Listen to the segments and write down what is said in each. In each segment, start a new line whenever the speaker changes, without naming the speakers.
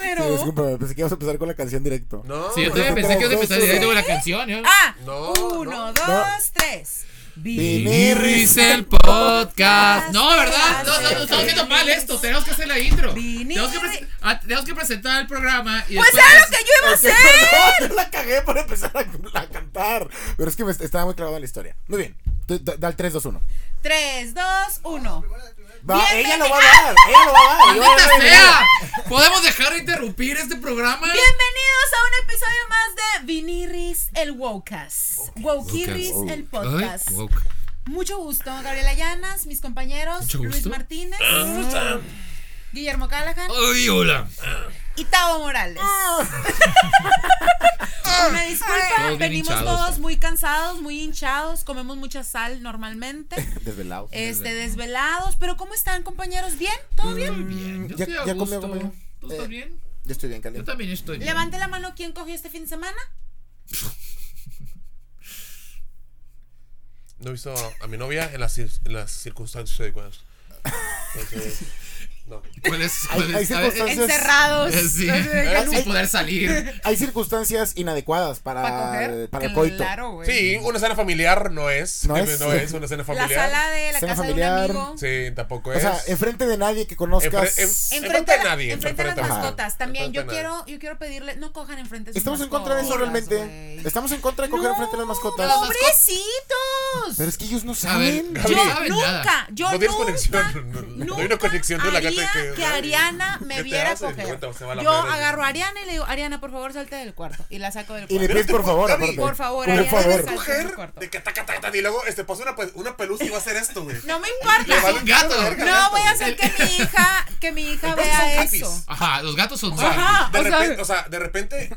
Disculpa, pensé que íbamos a empezar con la canción directo.
No.
Sí, yo
güey.
también pensé que ibas a empezar
Sí.
directo con la canción, ¿eh?
Ah,
No,
uno,
no,
dos,
no.
tres.
Vinirris el podcast. No, ¿verdad? No, no, no, estamos haciendo mal esto. Tenemos que hacer la intro.
Vinirris.
Tenemos que, presen- ah, tenemos que presentar el programa. Y
Pues
después-
era lo que yo iba a hacer.
No, yo la cagué por empezar a, a cantar. Pero es que me est- estaba muy clavado en la historia. Muy bien. Tú, da, da el 3, 2, 1.
Tres, dos, uno.
Va,
Bien,
ella lo
bien.
va a dar. Ella lo va a
ah,
dar. yo voy a
¡Maldita
ver,
sea! ¿Podemos dejar de interrumpir este programa?
Bienvenidos a un episodio más de Vinirris el Wokas. Wokirris
Wokers.
el
Ay,
podcast.
woke.
Mucho gusto, Gabriela Llanas, mis compañeros,
Mucho
Luis
gusto.
Martínez,
Ah.
Guillermo Callahan
Ay, hola.
y Tavo Morales. Una
Todos
disculpa,
bien
venimos
hinchados.
todos muy cansados, muy hinchados, comemos mucha sal normalmente,
Desvelado.
este desvelados, pero ¿cómo están compañeros? ¿Bien? ¿Todo bien?
Bien, yo
Ya-
estoy a
ya comió,
gusto.
comió.
¿Tú estás
Eh,
bien?
Yo estoy bien
Yo
caliente.
también estoy bien.
Levante la mano quién cogió este fin de semana.
No he visto a mi novia en las, cir- en las circunstancias adecuadas. Entonces, no.
¿Cuál es?
Hay-
cuál
hay
es? A
circunstancias-
ver,
Entonces-
Encerrados.
eh, sí,
Así de que
Ay,
no-
sin poder salir.
Hay circunstancias inadecuadas para,
¿Para coger?
para el coito.
Claro, güey.
Sí, una cena familiar no es.
No
No
es.
es, una cena
La
familiar.
sala de la
Cena
casa
familiar.
de un amigo.
Sí, tampoco
O
es.
sea, enfrente de nadie que conozcas.
Pues. Enfre- en-
Enfrente,
Enfrente a
a la-
nadie,
enfrente a las
enfrente a nadie.
mascotas. También yo
Enfrente a
quiero, yo quiero pedirle, no cojan enfrente a sus
Estamos en contra de eso
mascotas,
realmente.
güey.
Estamos en contra de coger
No,
enfrente a las mascotas.
¡Pobrecitos!
Pero es que ellos no
A ver,
saben.
Gaby,
Yo
no saben
nunca,
nada.
yo
No
nunca,
tienes conexión, no, no, no hay una conexión de la
haría
gente
que,
que-
Ariana me
¿Qué te
viera
hace?
coger.
Cuenta, se va la
Yo
madre.
agarro a Ariana y le digo, Ariana, por favor, salte del cuarto. Y la saco del
Y le
cuarto.
pides por favor,
Gaby,
aparte.
por favor,
por
Ariana,
favor.
salte.
mujer
cuarto.
de que taca, taca, taca, y luego este, pasó una, pe- una pelusa y va a hacer esto, güey.
No me
Le
importa.
vale
un gato.
verga
No
al gato,
voy a
güey.
hacer que mi hija, que mi hija
Entonces son
vea
hippies.
eso.
Ajá, los gatos son
Ajá.
De
o sea-
repente, o sea, de repente.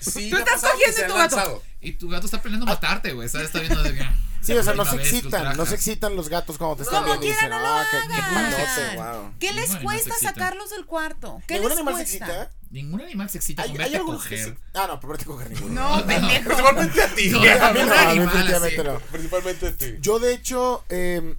Sí,
Tú
me ha
estás
pasado que
cogiendo
se
a tu
han
gato.
lanzado.
Y tu gato está planeando matarte, güey. ¿Sabes? Está viendo. de que-
Sí, o sea,
la
no
próxima
se
vez que
excitan, no
ultrajas.
se excitan los gatos cuando te están
Como
viendo y
quiera,
dicen,
no lo
ah, qué
hagan.
grandote, wow.
¿Qué les
Bueno, no
cuesta
se excitan.
sacarlos del cuarto? ¿Qué
¿Ningún
les
animal se excita?
cuesta?
Ningún animal se excita
Hay,
con
hay
verte
algunos que sí.
Pues coger.
Ah, no, pero vete a coger ninguno.
No, Oh, pendejo.
Principalmente a ti.
No,
güey.
A mí no,
Un
a mí
animal
definitivamente
así.
no.
Principalmente a ti.
Yo, de hecho, eh,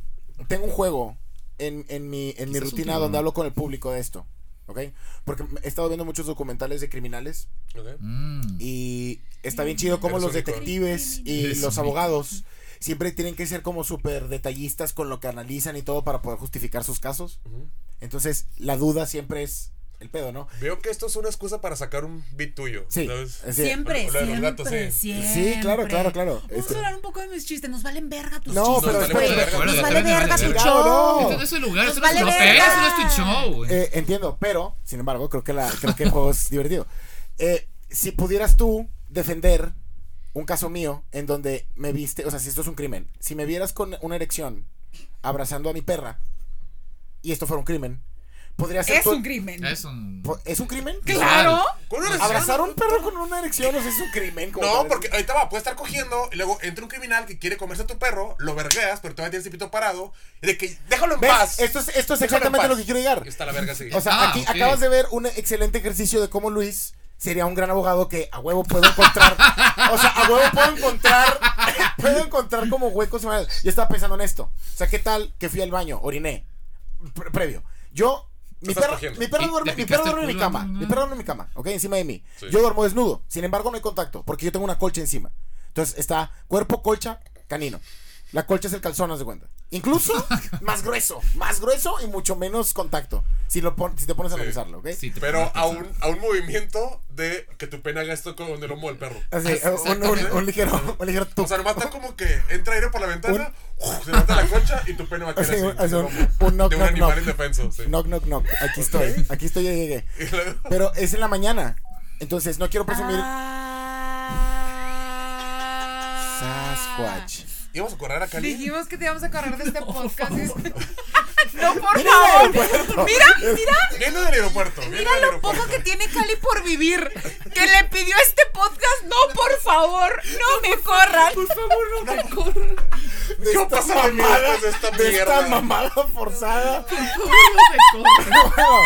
tengo un juego en, en mi, en mi
Quizás Este un
rutina
tiburón.
donde hablo con el público de esto. ¿Ok? Porque he estado viendo muchos documentales de criminales
Ok.
Mm.
y está
Mm,
bien chido cómo
Eres
los
único.
detectives y
Eres
los
único.
abogados siempre tienen que ser como súper detallistas con lo que analizan y todo para poder justificar sus casos.
Ujú.
Entonces, la duda siempre es el pedo, ¿no?
Veo que esto es una excusa para sacar un beat tuyo.
Sí.
¿sabes?
es decir,
Siempre,
Lo de los
siempre,
gatos, sí.
siempre.
Sí, claro, claro, claro.
Vamos
Este-
a hablar un poco de mis chistes. Nos valen verga tus
No,
chistes.
pero
Nos vale
espera,
verga.
espera,
Nos
espera,
vale
espera,
verga tu
espera,
Cuidado,
show.
Este no es tu lugar,
Oh. Nos
este no es tu
vale
papel,
verga.
este no es tu show, güey.
Eh, entiendo, pero, sin embargo, creo que, la, creo que el juego es divertido. Eh, si pudieras tú defender un caso mío en donde me viste, o sea, si esto es un crimen, si me vieras con una erección abrazando a mi perra y esto fuera un crimen, podría ser.
Es
tu-
un crimen.
Es un.
po- ¿Es un crimen?
Claro.
Con una erección.
Abrazar a un perro con una erección, o sea, es un crimen. como
No,
tal.
porque ahorita va, puede estar cogiendo y luego entra un criminal que quiere comerse a tu perro, lo vergueas, pero todavía tienes el pito parado, y de que déjalo en
¿Ves?
paz.
Esto es, esto es
Déjalo en
exactamente
paz.
lo que quiero llegar.
Está la verga así.
O sea,
Ah,
aquí
ok.
acabas de ver un excelente ejercicio de cómo Luis sería un gran abogado que a huevo puedo encontrar. o sea, a huevo puedo encontrar. puedo encontrar como huecos. y maneras. Yo estaba pensando en esto. O sea, ¿qué tal que fui al baño? Oriné. pre- previo. Yo. Mi
Estás
perro,
cogiendo.
mi
Y
perro
te
duerme, mi
picaste
perro
el
duerme en mi
culo,
cama.
¿no?
Mi perro duerme en mi cama, ¿ok? Encima de mí.
Sí.
Yo duermo desnudo. Sin embargo, no hay contacto porque yo tengo una colcha encima. Entonces está cuerpo, colcha, canino. La colcha es el calzón, haz de cuenta. Incluso más grueso, más grueso y mucho menos contacto. Si, lo pon- si te pones a
Sí.
analizarlo, ¿ok?
Sí, te
Pero
pones
a
pensar.
un, a un movimiento de que tu pene haga esto con el lomo del perro.
Así,
Ah, sí,
un, un- un ligero, un ligero tuc.
O sea, nomás está como que entra aire por la ventana, se levanta la concha y tu pene va a caer
Así,
así.
un- así, un-
como
un knock,
de
knock,
un animal
knock.
indefenso. sí.
Knock, knock, knock. Aquí estoy, aquí estoy, ya llegué.
Y luego-
Pero es en la mañana. Entonces no quiero presumir.
Ah.
Sasquatch.
Íbamos a correr a Cali.
Dijimos que te íbamos a correr de este podcast. no, por
Mira el
favor.
aeropuerto.
Mira, mira.
Viene del aeropuerto. viene
Mira
del
lo poco
aeropuerto.
que tiene Cali por vivir. Que le pidió este podcast. No, por favor. No me corran. Por favor, no me corran.
De
¿Qué
esta
pasa, amigos,
mamada,
de esta
de esta
mierda?
mamada forzada.
¿Cómo te corre?
Bueno.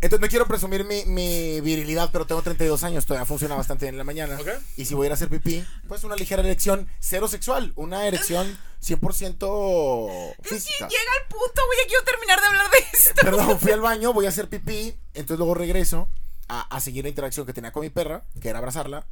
Entonces no quiero presumir mi, mi virilidad, pero tengo 32 años, todavía funciona bastante bien en la mañana.
Ok.
Y si voy a ir a hacer pipí, pues una ligera erección, cero sexual, una erección 100%
Es que
física.
llega al punto, güey. Ya quiero terminar de hablar de esto.
Perdón, fui al baño, voy a hacer pipí, entonces luego regreso a, a seguir la interacción que tenía con mi perra, que era abrazarla.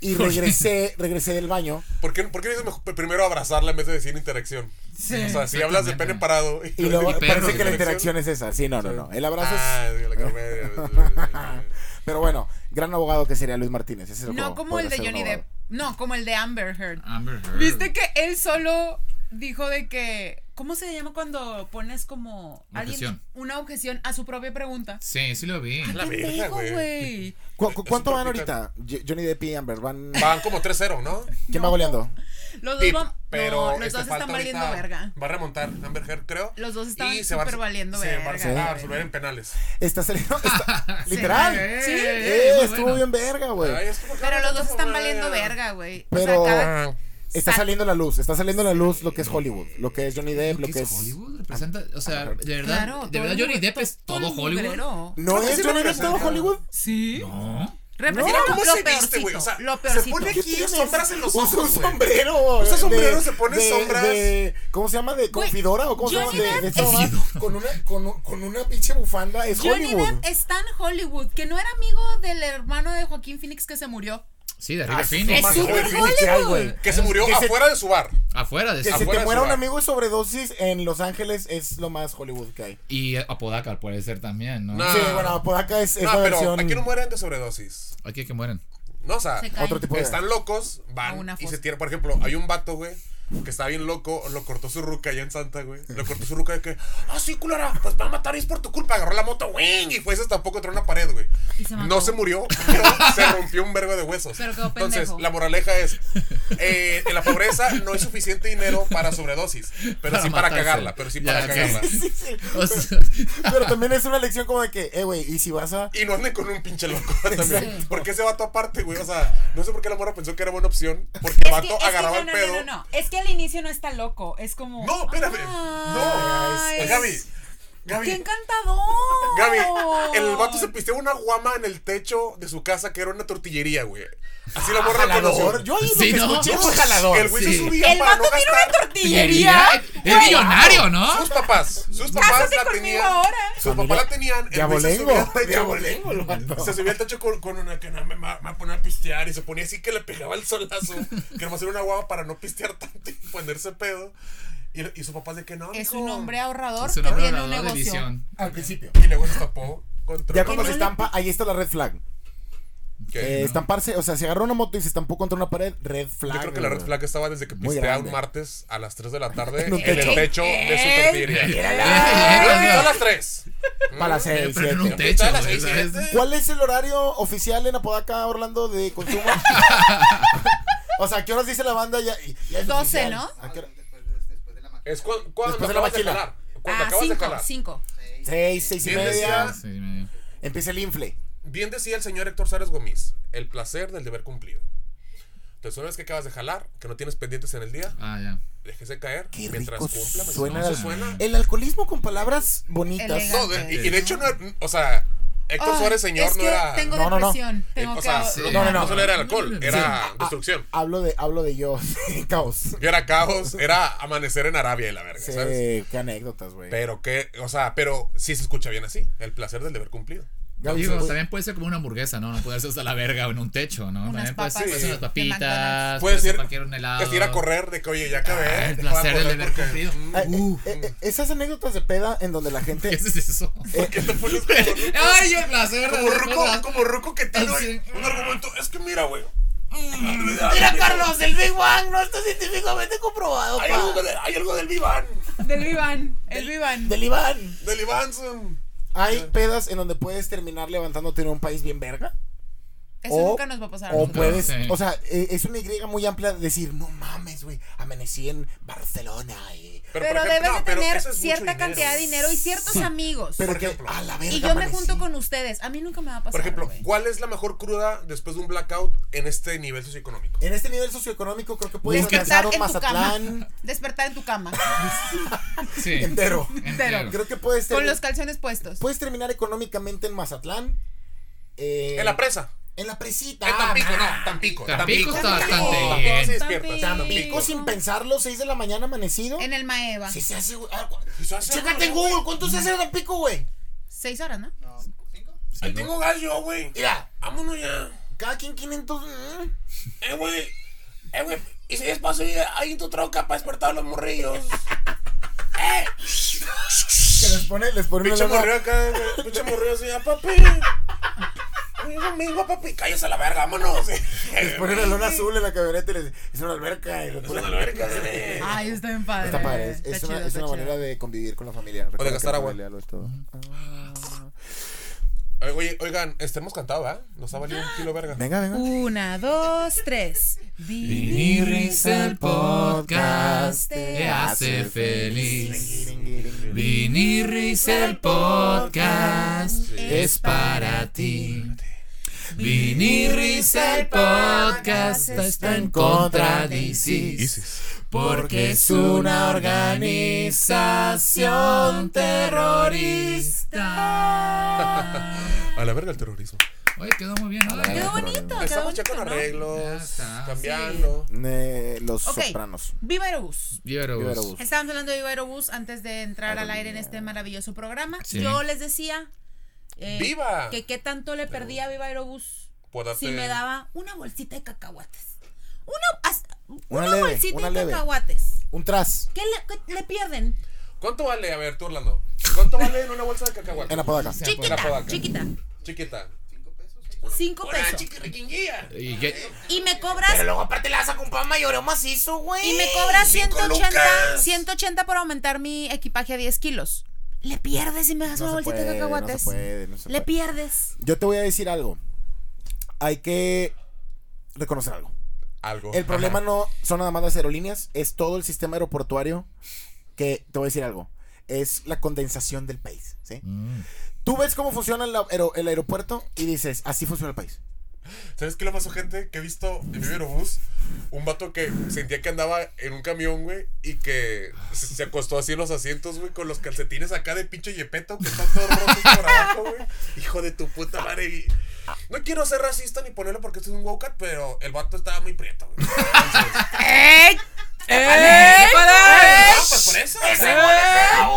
Y regresé, regresé del baño
¿Por qué, por qué no dices mejor- primero abrazarla en vez de decir interacción?
Sí.
O sea, si hablas de pene parado y,
y luego
perro,
parece que la interacción
interacción.
es esa. Sí, no, no, no. El abrazo es-
Ah, digo, la comedia.
Pero bueno, gran abogado que sería Luis Martínez. ese es
No como el de Johnny Depp. No, como el de Amber Heard.
Amber Heard.
¿Viste que él solo dijo de que. ¿Cómo se llama cuando pones como.
Una objeción.
una objeción a su propia pregunta?
Sí, sí lo vi.
La
¿Qué
verga,
dijo,
güey.
güey?
¿Cuánto
Es
van
un
ahorita? Jo- Johnny Depp y Amber van.
Van como 3-0, ¿no?
¿Quién va goleando?
Los dos,
Pip,
van-
pero
no, los
este
dos
falta
están valiendo
ahorita
verga.
Va a remontar Amber Heard, creo.
Los dos estaban
Y se va a-
súper valiendo
se va a-
verga,
Se va a
güey.
resolver en penales.
Está saliendo. está-
Sí.
literal.
Sí.
Eh,
muy
estuvo
bueno.
bien verga,
Ay,
güey.
es como que-
Pero los dos están valiendo verga, güey.
Pero-
O sea, cada-
Ah,
Está
Sac-
saliendo la luz. Está saliendo la luz lo que es Hollywood. Lo que es Johnny Depp, lo que es.
Hollywood representa, o sea,
Amber Heard.
de verdad,
Claro,
de verdad
todo el
Johnny
mundo-
Depp es todo
el
Hollywood.
mugrero.
¿No
Creo que
es
sí
Johnny Depp
representa.
todo Hollywood?
Sí.
No.
Representa
¿Cómo
lo
se viste, güey?
peorcito.
O sea,
lo
se
peorcito.
pone
¿Qué
aquí
tienes?
sombras en los
Usa
ojos,
un
güey.
sombrero.
Usa
de-
sombrero, se pone
de-
sombras.
de- ¿Cómo se llama? ¿De
Güey,
confidora o cómo se llama?
Johnny
De- de
Depp
esa
es-
mamá. Con una, con, un- con una pinche bufanda. Es
Johnny
Hollywood.
Depp es tan Hollywood que no era amigo del hermano de Joaquín Phoenix que se murió.
Sí, de River
Ah,
Phoenix.
no
Es
mames,
súper
güey, tiene que hay,
Hollywood.
güey.
Que se murió
Que se-
afuera de su bar.
Afuera de
Que
eso.
si te
Afuera de
muera
su
un
bar.
amigo de sobredosis en Los Ángeles es lo más Hollywood que hay.
Y Apodaca puede ser también, ¿no?
No. Ah.
Sí, bueno, por acá es, es
No,
la
pero
versión.
aquí no mueren de sobredosis.
Aquí que mueren.
No, o sea,
Se cae.
Otro tipo de.
están locos,
A
van
una
y se
fosa.
tiran. Por ejemplo, hay un vato, güey, que está bien loco, lo cortó su ruca allá en Santa, güey. Lo cortó su ruca de que, ah, sí, culera, pues va a matar y es por tu culpa. Agarró la moto, güey, y fue ese tampoco entró en una pared, güey.
Y se mató.
no se murió, pero se rompió un vergo de huesos.
Pero quedó pendejo.
Entonces, la moraleja es: eh, en la pobreza no es suficiente dinero para sobredosis, pero
Para
sí para
matarse.
cagarla, pero sí
Ya,
para
ok.
cagarla.
Sí, sí.
O sea,
Pero también es una lección como de que, eh, güey, y si vas a.
Y no anden con un pinche loco también.
Sí.
Porque ese vato aparte, güey. O sea, no sé por qué la morra pensó que era buena opción. Porque el vato
es no,
agarraba el
no,
pedo.
No, no, no. Es que al inicio no está loco. Es como.
No, espérame.
Ay,
No. Gaby.
¡Qué
Gaby.
encantador!
Gaby. El vato se pisteó una guama en el techo de su casa que era una tortillería, güey. Así la morra la conoció.
Jalador. Yo ahí lo
Sí,
que
¿no?
escuché fue jalador.
El güey se
Sí.
subía
El
para
vato
no
tiene una
gastar.
tortillería.
Es millonario, ¿no?
Sus papás. Sus papás
Cásate
la
conmigo
tenían.
ahora.
Sus papás la tenían. El güey se
Diabolengo.
subía al techo.
Diabolengo, el vato.
Se subía al techo con, con una que no, me va, me va a poner a pistear y se ponía así que le pegaba el solazo. Que nomás era una guava para no pistear tanto y ponerse pedo. Y, y su papá de que no.
Es
mijo.
un hombre ahorrador
Es un
que
hombre
tiene un
ganador de
negocio.
visión.
Al principio.
Y luego se tapó. Contra
Ya cuando se
Tiene una-
estampa, ahí está la red flag.
Que-
Eh, Estamparse, o sea, si agarró una moto y se estampó contra una pared, red flag.
Yo creo que la red
güey.
flag estaba desde que
Eh, Muy
pistea un
grande.
martes a las 3 de la tarde
En
en,
un
el
techo.
techo de su
¡Eh!
tortillería.
Ah,
Mírala.
A las 3.
Para las seis,
Pero en
siete.
un techo,
A las
güey,
seis,
¿sabes?
siete.
¿Cuál es el horario oficial en Apodaca, Orlando, de consumo? o sea, ¿qué horas dice la banda? Ya, ya es
12,
oficial?
¿no?
¿A qué hora?
Es cu- cuando
Después de la
acabas de
maquila.
jalar. Cuando
Ah,
acabas de
cinco,
jalar.
cinco.
Seis, seis y
Bien
media.
decía-
Sí, medio.
Empieza el infle.
Bien decía el señor Héctor Sárez Gómez, el placer del deber cumplido. Entonces, una vez que acabas de jalar, que no tienes pendientes en el día,
Ah, ya.
déjese caer
Qué
mientras
rico
cumpla. mientras
suena
no
el-
se suena.
El alcoholismo con palabras bonitas.
Elegante.
No, de- y, y de hecho, no, era- o sea, Héctor
Ay,
Suárez, señor,
Ah, es
no
que
era.
Tengo
No, no, no.
depresión. Tengo
Eh, o
que.
sea,
Sí.
no,
No, no, no.
solo era el alcohol, era
Ah,
destrucción.
Hablo de, hablo de yo, caos.
Era caos, era amanecer en Arabia y la verga,
Sí,
¿sabes?
qué anécdotas, güey.
Pero que, o sea, pero sí se escucha bien así, el placer del deber cumplido.
Gaby,
Digo,
güey,
también puede ser como una hamburguesa, ¿no? No ponerse hasta la verga o en un techo, ¿no?
Unas
también puede ser
papas
puede ser unas
de
papitas,
McDonald's.
Puedes ir,
cualquier un helado.
puedes ir a correr de que, oye, ya acabé.
Ah, el
déjame
placer del
correr
deber
porque-
cumplido.
Mm,
eh, eh, eh, eh, esas anécdotas de peda en donde la gente.
¿Qué es eso?
¿Qué te pones como-
¡Ay, el placer!
Como
de-
ruco, como ruco que tiene
Ah, sí.
un argumento. Es que mira, güey. Mm,
Mira, Carlos, el Big Bang no está científicamente comprobado.
Hay
pa.
algo, de- hay algo del Iván.
Del Vivan. El Vivan.
Del Iván.
Del Ivanson.
Hay pedas en donde puedes terminar levantándote en un país bien verga.
Eso
O-
nunca nos va a pasar. a
O
nosotros.
puedes,
Sí.
o sea, eh, es una Y muy amplia de decir, no mames, güey, amanecí en Barcelona. eh".
Pero,
por ejemplo,
debes
no,
de
pero
tener
eso es mucho
cierta
dinero.
cantidad de dinero y ciertos amigos.
Pero
Por
que,
ejemplo.
a la verga.
y yo me
amanecí.
junto con ustedes. A mí nunca me va a pasar.
Por ejemplo,
güey.
¿cuál es la mejor cruda después de un blackout en este nivel socioeconómico?
En este nivel socioeconómico creo que puedes
despertar en
alcanzar un
tu
Mazatlán
cama. Despertar en tu cama.
Sí.
entero.
Entero.
creo que puedes,
con
termi-
los calzones puestos.
puedes terminar económicamente en Mazatlán. eh,
En la presa.
en la presita.
En Tampico,
ah,
no, Tampico.
Tampico está bastante
Tampico,
bien.
sí despiertas.
Tampico.
Tampico sin pensarlo, 6 de la mañana amanecido.
En el Maeva.
Sí se hace, güey. Ah,
Se hace,
Chécate en
güey.
Google, ¿cuánto se hace en Tampico, güey?
Seis horas, ¿no?
¿Cinco?
Sí.
Ahí tengo gas yo, güey.
Mira,
Vámonos ya.
cada quien 500. mm.
Eh, güey. Eh, güey. Y si es paso ahí- ahí en tu troca para despertar a los morrillos. ¡Eh!
Que les pone, les pone una
Pinche
alarma.
morrillo acá, güey. Pinche morrillo así, ah, papi. Hoy es domingo, papi. Cállese a la verga, vámonos.
Les pone una lona azul en la camioneta y les es una alberca. Y les
Es
pone
una alberca, güey.
Ay, está bien padre.
Está padre, es, es
Está
una,
chido,
es
está
una
chido.
manera de convivir con la familia. Recuerda que
gastar
la
agua.
familia lo es todo.
Eh, Oye, oigan, este hemos cantado, ¿verdad? Nos ha valido un kilo de verga.
Venga, venga.
Una, dos, tres.
Vinny Riz, el podcast te hace feliz. Vinny Riz, el podcast es para ti. Vinny Riz, el podcast está en contra de ISIS. Porque es una organización terrorista.
A la verga el terrorismo.
Oye, quedó muy bien, ¿no?
Qué bonito, qué
Estamos ya
bonito,
con
Ah, ¿no?
Ya
arreglos,
está.
cambiando.
Eh, los
Ok.
sopranos.
Viva Aerobús.
Vieron.
Viva Aerobús.
Estábamos hablando de Viva Aerobús antes de entrar al aire en este maravilloso programa.
Sí.
Yo les decía eh,
¡Viva!
que qué tanto le perdía a Viva Aerobús
Por darte-
si me daba una bolsita de cacahuates. Una, as-
Una
una,
leve,
bolsita
una
de
leve.
cacahuates.
Un tras
¿Qué le, qué le pierden?
¿Cuánto vale? A ver, tú, Orlando. ¿Cuánto vale en una bolsa de cacahuate?
en Apodaca.
pues, la
Chiquita,
podaca.
chiquita.
Chiquita. Ah,
Cinco pesos.
chiquirriquinguilla!
¿Y qué?
Y me cobras
luego aparte le vas a comprar mayoreo macizo, güey.
Y me cobra
Cinco
180,
lucas.
180 por aumentar mi equipaje a 10 kilos. Le pierdes y me das
No
una
se
bolsita de
puede, no se
cacahuates.
puede, no se
Le
puede.
pierdes.
Yo te voy a decir algo. Hay que reconocer algo.
Algo.
El problema no son nada más las aerolíneas, es todo el sistema aeroportuario que te voy a decir algo. Es la condensación del país, ¿sí? Tú ves cómo funciona el, aero- el aeropuerto y dices, así funciona el país.
¿Sabes qué lo pasó, gente? Que he visto en mi aerobús un vato que sentía que andaba en un camión, güey, y que se, se acostó así en los asientos, güey, con los calcetines acá de pinche yepeto, que están todos rotos por abajo, güey. Hijo de tu puta madre. y- No quiero ser racista ni ponerlo porque esto es un wowcat, pero el vato estaba muy prieto, güey. Entonces,
¡Eh!
ah, pues por eso. o sea,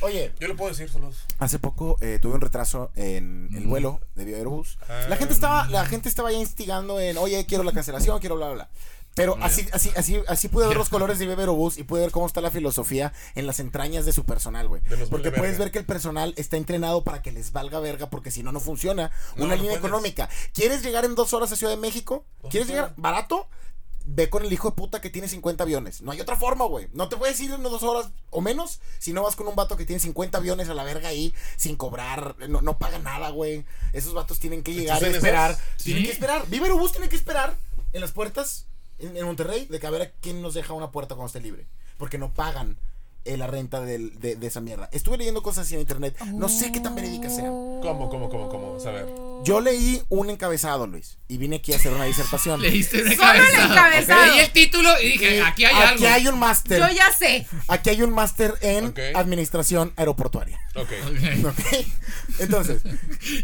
Oye,
Yo lo puedo decir solos.
hace poco eh, tuve un retraso en el vuelo de Viva Aerobús. La
Ah.
gente estaba, la gente estaba ya instigando en, oye, quiero la cancelación, quiero bla, bla, bla. Pero así, así, así, así pude ver los colores de Viva Aerobús y pude ver cómo está la filosofía en las entrañas de su personal, güey.
De los
Porque
vale
puedes
verga.
ver que el personal está entrenado para que les valga verga, porque si no, no funciona.
No,
Una
no
línea
puedes.
económica. ¿Quieres llegar en dos horas a Ciudad de México? ¿Quieres llegar barato? Ve con el hijo de puta que tiene 50 aviones. No hay otra forma, güey. No te puedes ir en dos horas o menos si no vas con un vato que tiene 50 aviones a la verga ahí sin cobrar. No, no paga nada, güey. Esos vatos tienen que llegar y
en esas-
esperar.
Sí.
Tienen que esperar. Viva Aerobús tiene que esperar en las puertas en, en Monterrey de que a ver a quién nos deja una puerta cuando esté libre. Porque no pagan eh, la renta del- de, de esa mierda. Estuve leyendo cosas así en internet. No sé qué tan verídicas sean.
¿Cómo, cómo, cómo, cómo? Vamos a ver.
Yo leí un encabezado, Luis, y vine aquí a hacer una disertación.
Leíste el
Solo el
encabezado.
encabezado.
Leí el título y dije,
Eh,
aquí hay
aquí
algo.
hay un máster.
Yo ya sé.
Aquí hay un máster en
Ok.
administración aeroportuaria.
Ok.
Ok.
¿Ok? Entonces,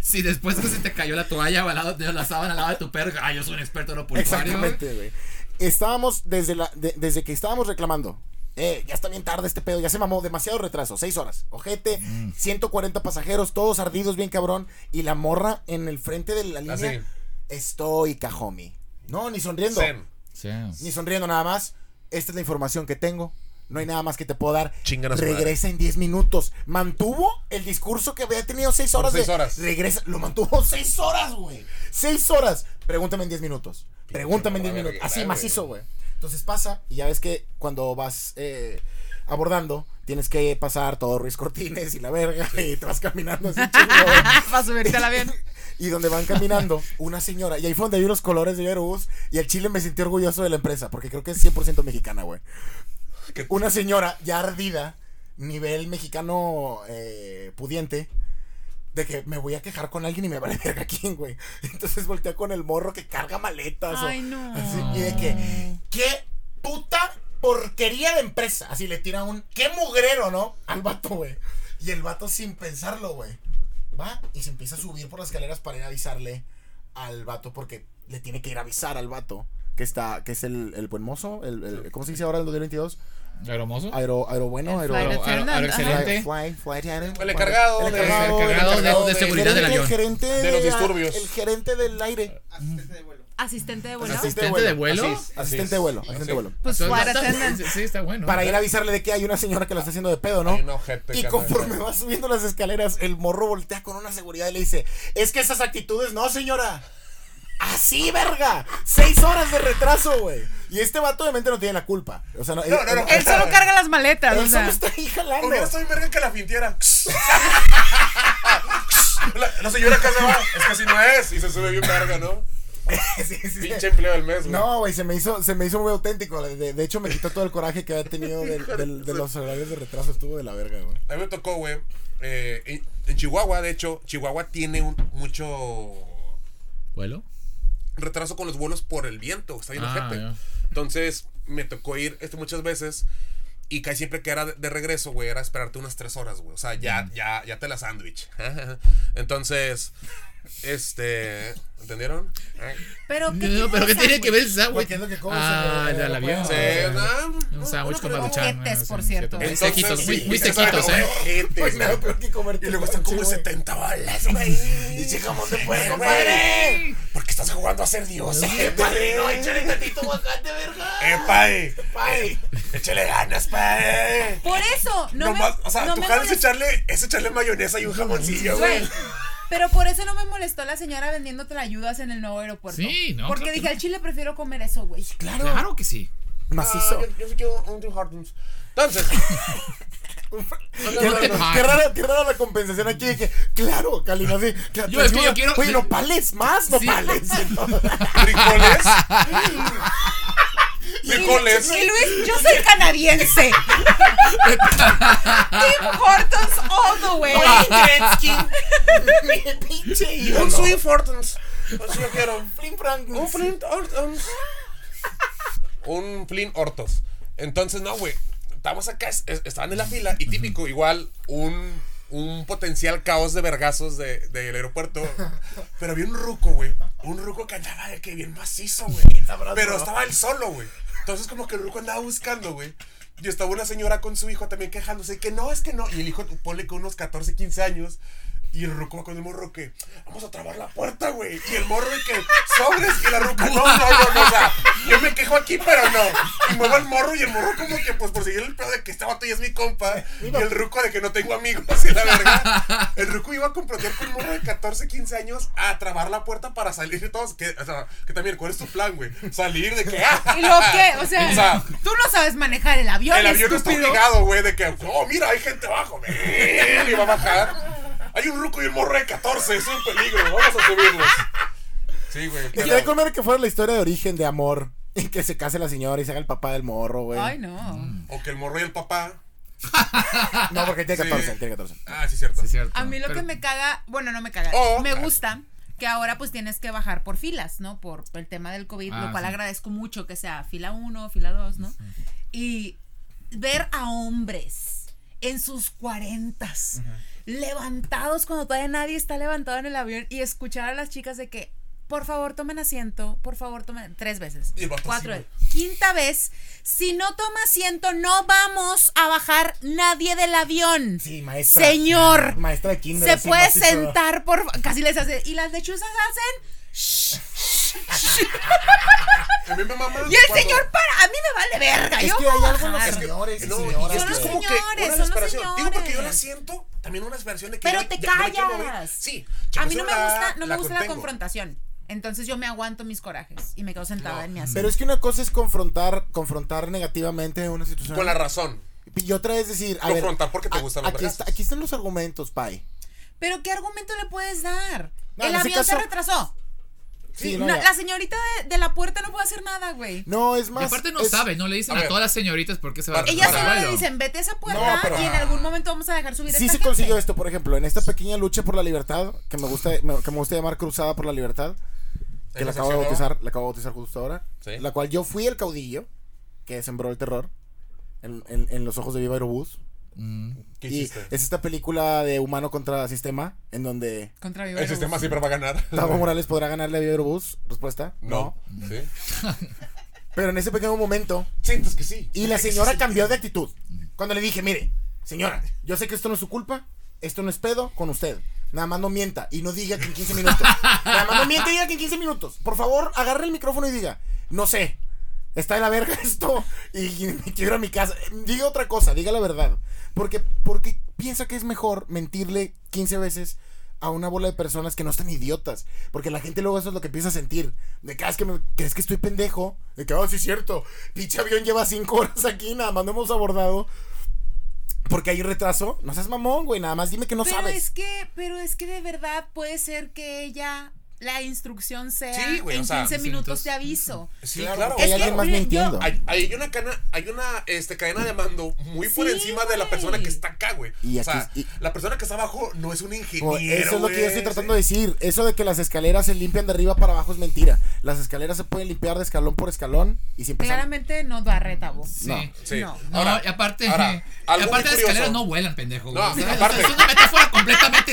Si después que se te cayó la toalla o al lado de la sábana al lado de tu perro, ah, yo soy un experto en aeroportuario.
exactamente, güey. Estábamos desde, la, de- desde que estábamos reclamando. Eh, ya está bien tarde este pedo, ya se mamó, demasiado retraso, seis horas, ojete, 140 pasajeros, todos ardidos, bien cabrón, y la morra en el frente de la línea,
Así.
estoica, homie. No, ni sonriendo.
Zen.
Sí.
ni sonriendo nada más. Esta es la información que tengo. No hay nada más que te puedo dar.
Chingan a su
Regresa en 10 minutos. Mantuvo el discurso que había tenido 6 horas.
seis
de-
horas.
Regresa. Lo mantuvo 6 horas, güey. 6 horas. Pregúntame en 10 minutos. Pregúntame en
mamá
10 minutos.
verga,
Así
güey.
macizo, güey. Entonces pasa y ya ves que cuando vas eh, abordando, tienes que pasar todo Ruiz Cortines y la verga y te vas caminando así chingón.
Ah, Para subirte al avión.
Y donde van caminando una señora. Y ahí fue donde vi los colores de Aerobús. Y el chile me sentí orgulloso de la empresa. Porque creo que es 100% mexicana, güey.
¿Qué-
Una señora ya ardida. Nivel mexicano eh, pudiente. De que me voy a quejar con alguien y me vale verga quién, güey. Entonces voltea con el morro que carga maletas. o-
Ay, no.
así, y de que. ¿Qué puta porquería de empresa? Así le tira un. ¿Qué mugrero, no? Al vato, güey. Y el vato sin pensarlo, güey. Va y se empieza a subir por las escaleras para ir a avisarle al vato porque le tiene que ir a avisar al vato que está que es el, el buen mozo, el, el- ¿cómo se dice ahora en el 2022?
Hermoso.
Aero, aero bueno, aero.
Flight
Aero- aero- aero
Ajá.
¿Mm?
Fly,
excelente.
fly, fly attendant.
El encargado
El
de-
encargado,
el encargado
encargado
de- de seguridad del
gerente-
avión.
gerente
De los
a-
disturbios.
El gerente del aire.
Asistente de vuelo.
Asistente de vuelo.
Asistente
¿Asistente de vuelo?
Así es, así
Asistente
es.
de vuelo,
Así
asistente
es.
de vuelo.
Pues
Entonces,
flight
está-
attendant.
sí, Sí, está bueno.
Para ir a avisarle de que hay una señora que la está haciendo de pedo, ¿no?
Hay un ojete
Y
que
conforme
anda-
va subiendo las escaleras, el morro voltea con una seguridad y le dice, es que esas actitudes no, señora. Así, verga. Seis horas de retraso, güey. Y este vato obviamente no tiene la culpa. O sea, no,
No, no, no.
Él solo carga las maletas, o
Él solo
sea.
está ahí jalando.
Hubiera estado bien verga que la fintiera. la, la señora acá se va. Es que así no es. Y se sube bien verga, ¿no?
Sí, sí, sí.
Pinche empleo del mes, güey.
No, güey, se me hizo, se me hizo muy auténtico. De, de hecho, me quitó todo el coraje que había tenido del- del- de los horarios de retraso. Estuvo de la verga, güey.
A mí me tocó, güey. eh, en, en Chihuahua, de hecho, Chihuahua tiene un, mucho
¿Vuelo?
retraso con los vuelos por el viento. Está bien
Ah,
ojete.
ya.
Entonces, me tocó ir este, muchas veces. Y casi siempre que era de, de regreso, güey, era esperarte unas tres horas, güey. O sea, ya, ya, ya te la sándwich. Entonces, este. ¿Entendieron?
Pero ¿qué
No, pero ¿qué tiene que ver el sándwich?
Porque es lo que comes
Ah,
en el-
el del avión.
Sí, no,
Un sándwich con
pregunta.
maruchan.
Ojetes,
ah,
por
sí,
cierto.
sí, sí.
Entonces,
Tequitos, muy-
sí,
muy
exacto,
tequitos, ¿eh?
güey, ojetes,
Pues nada,
güey.
peor que comerte
Y luego están
ponche,
como
güey.
70 balas, güey.
Y llegamos de puerco,
compadre. Porque estás jugando a ser dios. Eh, padre, no, échale tantito aguacate, verga. Eh, padre. Échale ganas, padre.
Por eso, no
Nomás,
me,
o sea,
no
tu
me
jale es
molestó,
echarle, es echarle mayonesa y un jamoncillo, güey.
güey. Pero por eso no me molestó la señora vendiéndote la ayudas en el nuevo aeropuerto.
Sí, no,
Porque
claro que
dije,
no.
al chile prefiero comer eso, güey.
Claro. que sí.
Macizo.
Ah, yo sí quiero un Tim Hortons. Entonces,
Qué
no,
raro,
no, no.
qué rara, qué rara la compensación aquí de que, claro, Cali, no sé. claro,
Yo, es que
ayuda.
yo quiero-
Oye, nopales, más nopales.
frijoles. frijoles.
Y Luis, yo soy canadiense. Tim Hortons all the way.
Pinche ídolo.
Un Swift Hortons. Así yo quiero.
Flynn Franklin.
Un Flint Hortons. Un Flint Hortos. Entonces, no, güey. Estamos acá, es- es- estaban en la fila y típico, igual, un, un potencial caos de vergazos de- del aeropuerto. Pero había un ruco, güey. Un ruco que andaba de que bien macizo, güey. Pero estaba él solo, güey. Entonces, como que el ruco andaba buscando, güey. Y estaba una señora con su hijo también quejándose que no, es que no. Y el hijo, ponle con unos 14, 15 años. Y el ruco con el morro que, vamos a trabar la puerta, güey. Y el morro de que, sobres. Y la ruca, no, no, no, no. O sea, yo me quejo aquí, pero no. Y muevo el morro y el morro como que, pues, por seguir el pedo de que este vato ya es mi compa. Y el ruco de que no tengo amigos y la verga. El ruco iba a comprometer con un morro de 14, 15 años a trabar la puerta para salir de todos. Que, o sea, que también, ¿cuál es tu plan, güey? Salir de que, ah,
¿Y lo que? O sea,
O sea,
tú no sabes manejar el avión,
el avión está
estúpido.
obligado, güey, de que, oh, mira, hay gente abajo, ven", y va a bajar. Hay un ruco y un morro de 14, es un peligro, vamos a subirlos. Sí, güey.
Quería
pero-
comer que fuera la historia de origen de amor. Y que se case la señora y se haga el papá del morro, güey.
Ay, no.
O que el morro y el papá.
No, porque tiene
Sí.
14, tiene 14.
Ah, sí, cierto.
Sí, cierto.
A mí lo
Pero-
que me caga, bueno, no me caga,
Oh.
me gusta que ahora pues tienes que bajar por filas, ¿no? Por el tema del COVID,
Ah,
lo cual
sí.
agradezco mucho que sea fila 1, fila 2, ¿no? Y ver a hombres en sus cuarentas, levantados cuando todavía nadie está levantado en el avión y escuchar a las chicas de que, por favor, tomen asiento, por favor, tomen tres veces.
Y el vato
cuatro
así,
veces. Quinta vez, si no toma asiento, no vamos a bajar nadie del avión.
Sí, maestra.
Señor.
Maestra de kinder.
Se
así,
puede
macizo.
sentar por fa- casi les hace y las lechuzas hacen
A mí me mama
y el
cuando-
señor para a mí me vale verga
Es
yo
que hay
voy a
algo en los
bajar.
señores y
No, y
señoras.
es que
Son
es
que-
como que
señores,
una
son los
desesperación. Digo porque yo la
señores.
siento también una desesperación de que
pero
yo-
te
ya no me quiero mover.
callas
Sí.
a
checo
mí no me
celular,
gusta no me gusta la
contengo.
confrontación entonces yo me aguanto mis corajes y me quedo sentada
No.
en mi asiento
Pero es que una cosa es confrontar, confrontar negativamente una situación.
Con la razón.
Y otra es decir, a ver,
Confrontar porque te gustan los
aquí,
vergazos.
está- aquí están los argumentos, pai.
pero qué argumento le puedes dar
No,
el
en ese
avión se
caso-
retrasó
Sí,
No,
no, ya.
la señorita de, de la puerta no puede hacer nada güey
No, es
Y
más.
aparte no
es-
sabe, no le dicen
A
a,
ver.
todas las señoritas por qué se va a
ella
Para
solo le
Bueno.
dicen vete a esa puerta
No, pero-
y en algún momento vamos a dejar subir a
Sí
esta
se
gente".
consiguió esto, por ejemplo, en esta pequeña lucha por la libertad, que me gusta, me- que me gusta llamar cruzada por la libertad, que la
¿En
acabo de
la sección ahora?
bautizar, la acabo de bautizar justo ahora,
Sí.
la cual yo fui el caudillo que sembró el terror en, en- en los ojos de Viva Aerobús.
¿Qué
Y
hiciste?
es esta película de humano contra sistema, en donde
contra mi
El sistema
verbo.
siempre va a ganar.
Tavo Morales podrá ganarle a Viva Aerobús. Respuesta, no.
No. Sí.
Pero en ese pequeño momento,
Sientes que sí.
y la señora cambió de actitud. Cuando le dije, mire, señora, yo sé que esto no es su culpa, esto no es pedo con usted. Nada más no mienta y no diga que en 15 minutos. Nada más no mienta y diga que en 15 minutos. Por favor, agarre el micrófono y diga, no sé, está de la verga esto y me quiero a mi casa. Diga otra cosa, diga la verdad. Porque, porque piensa que es mejor mentirle 15 veces a una bola de personas que no están idiotas. Porque la gente luego eso es lo que empieza a sentir. De que, "Ah, es que me, crees que estoy pendejo. De que, oh, sí es cierto. Pinche avión lleva cinco horas aquí, nada más no hemos abordado. Porque hay retraso. No seas mamón, güey. Nada más dime que no
pero
sabes.
es que, pero es que de verdad puede ser que ella la instrucción sea
Sí, güey,
en
o sea,
15 minutos
entonces-
te aviso.
Sí,
Claro,
claro.
porque hay
Es que,
alguien más
mire,
mintiendo.
yo-
Hay, hay una, cana, hay una este, cadena de mando muy por
Sí,
encima de la
güey.
persona que está acá, güey.
Y
o sea,
aquí- y-
la persona que está abajo no es un ingeniero.
Como, eso es lo que yo
güey,
estoy tratando
sí.
de decir. Eso de que las escaleras se limpian de arriba para abajo es mentira. Las escaleras se pueden limpiar de escalón por escalón y sin pesar.
Claramente no da retabo.
Sí.
No.
Sí.
No.
No, y aparte,
ahora,
y
algo muy
aparte las
curioso.
escaleras no vuelan, pendejo. güey.
No,
O sea,
aparte.
Es una metáfora completamente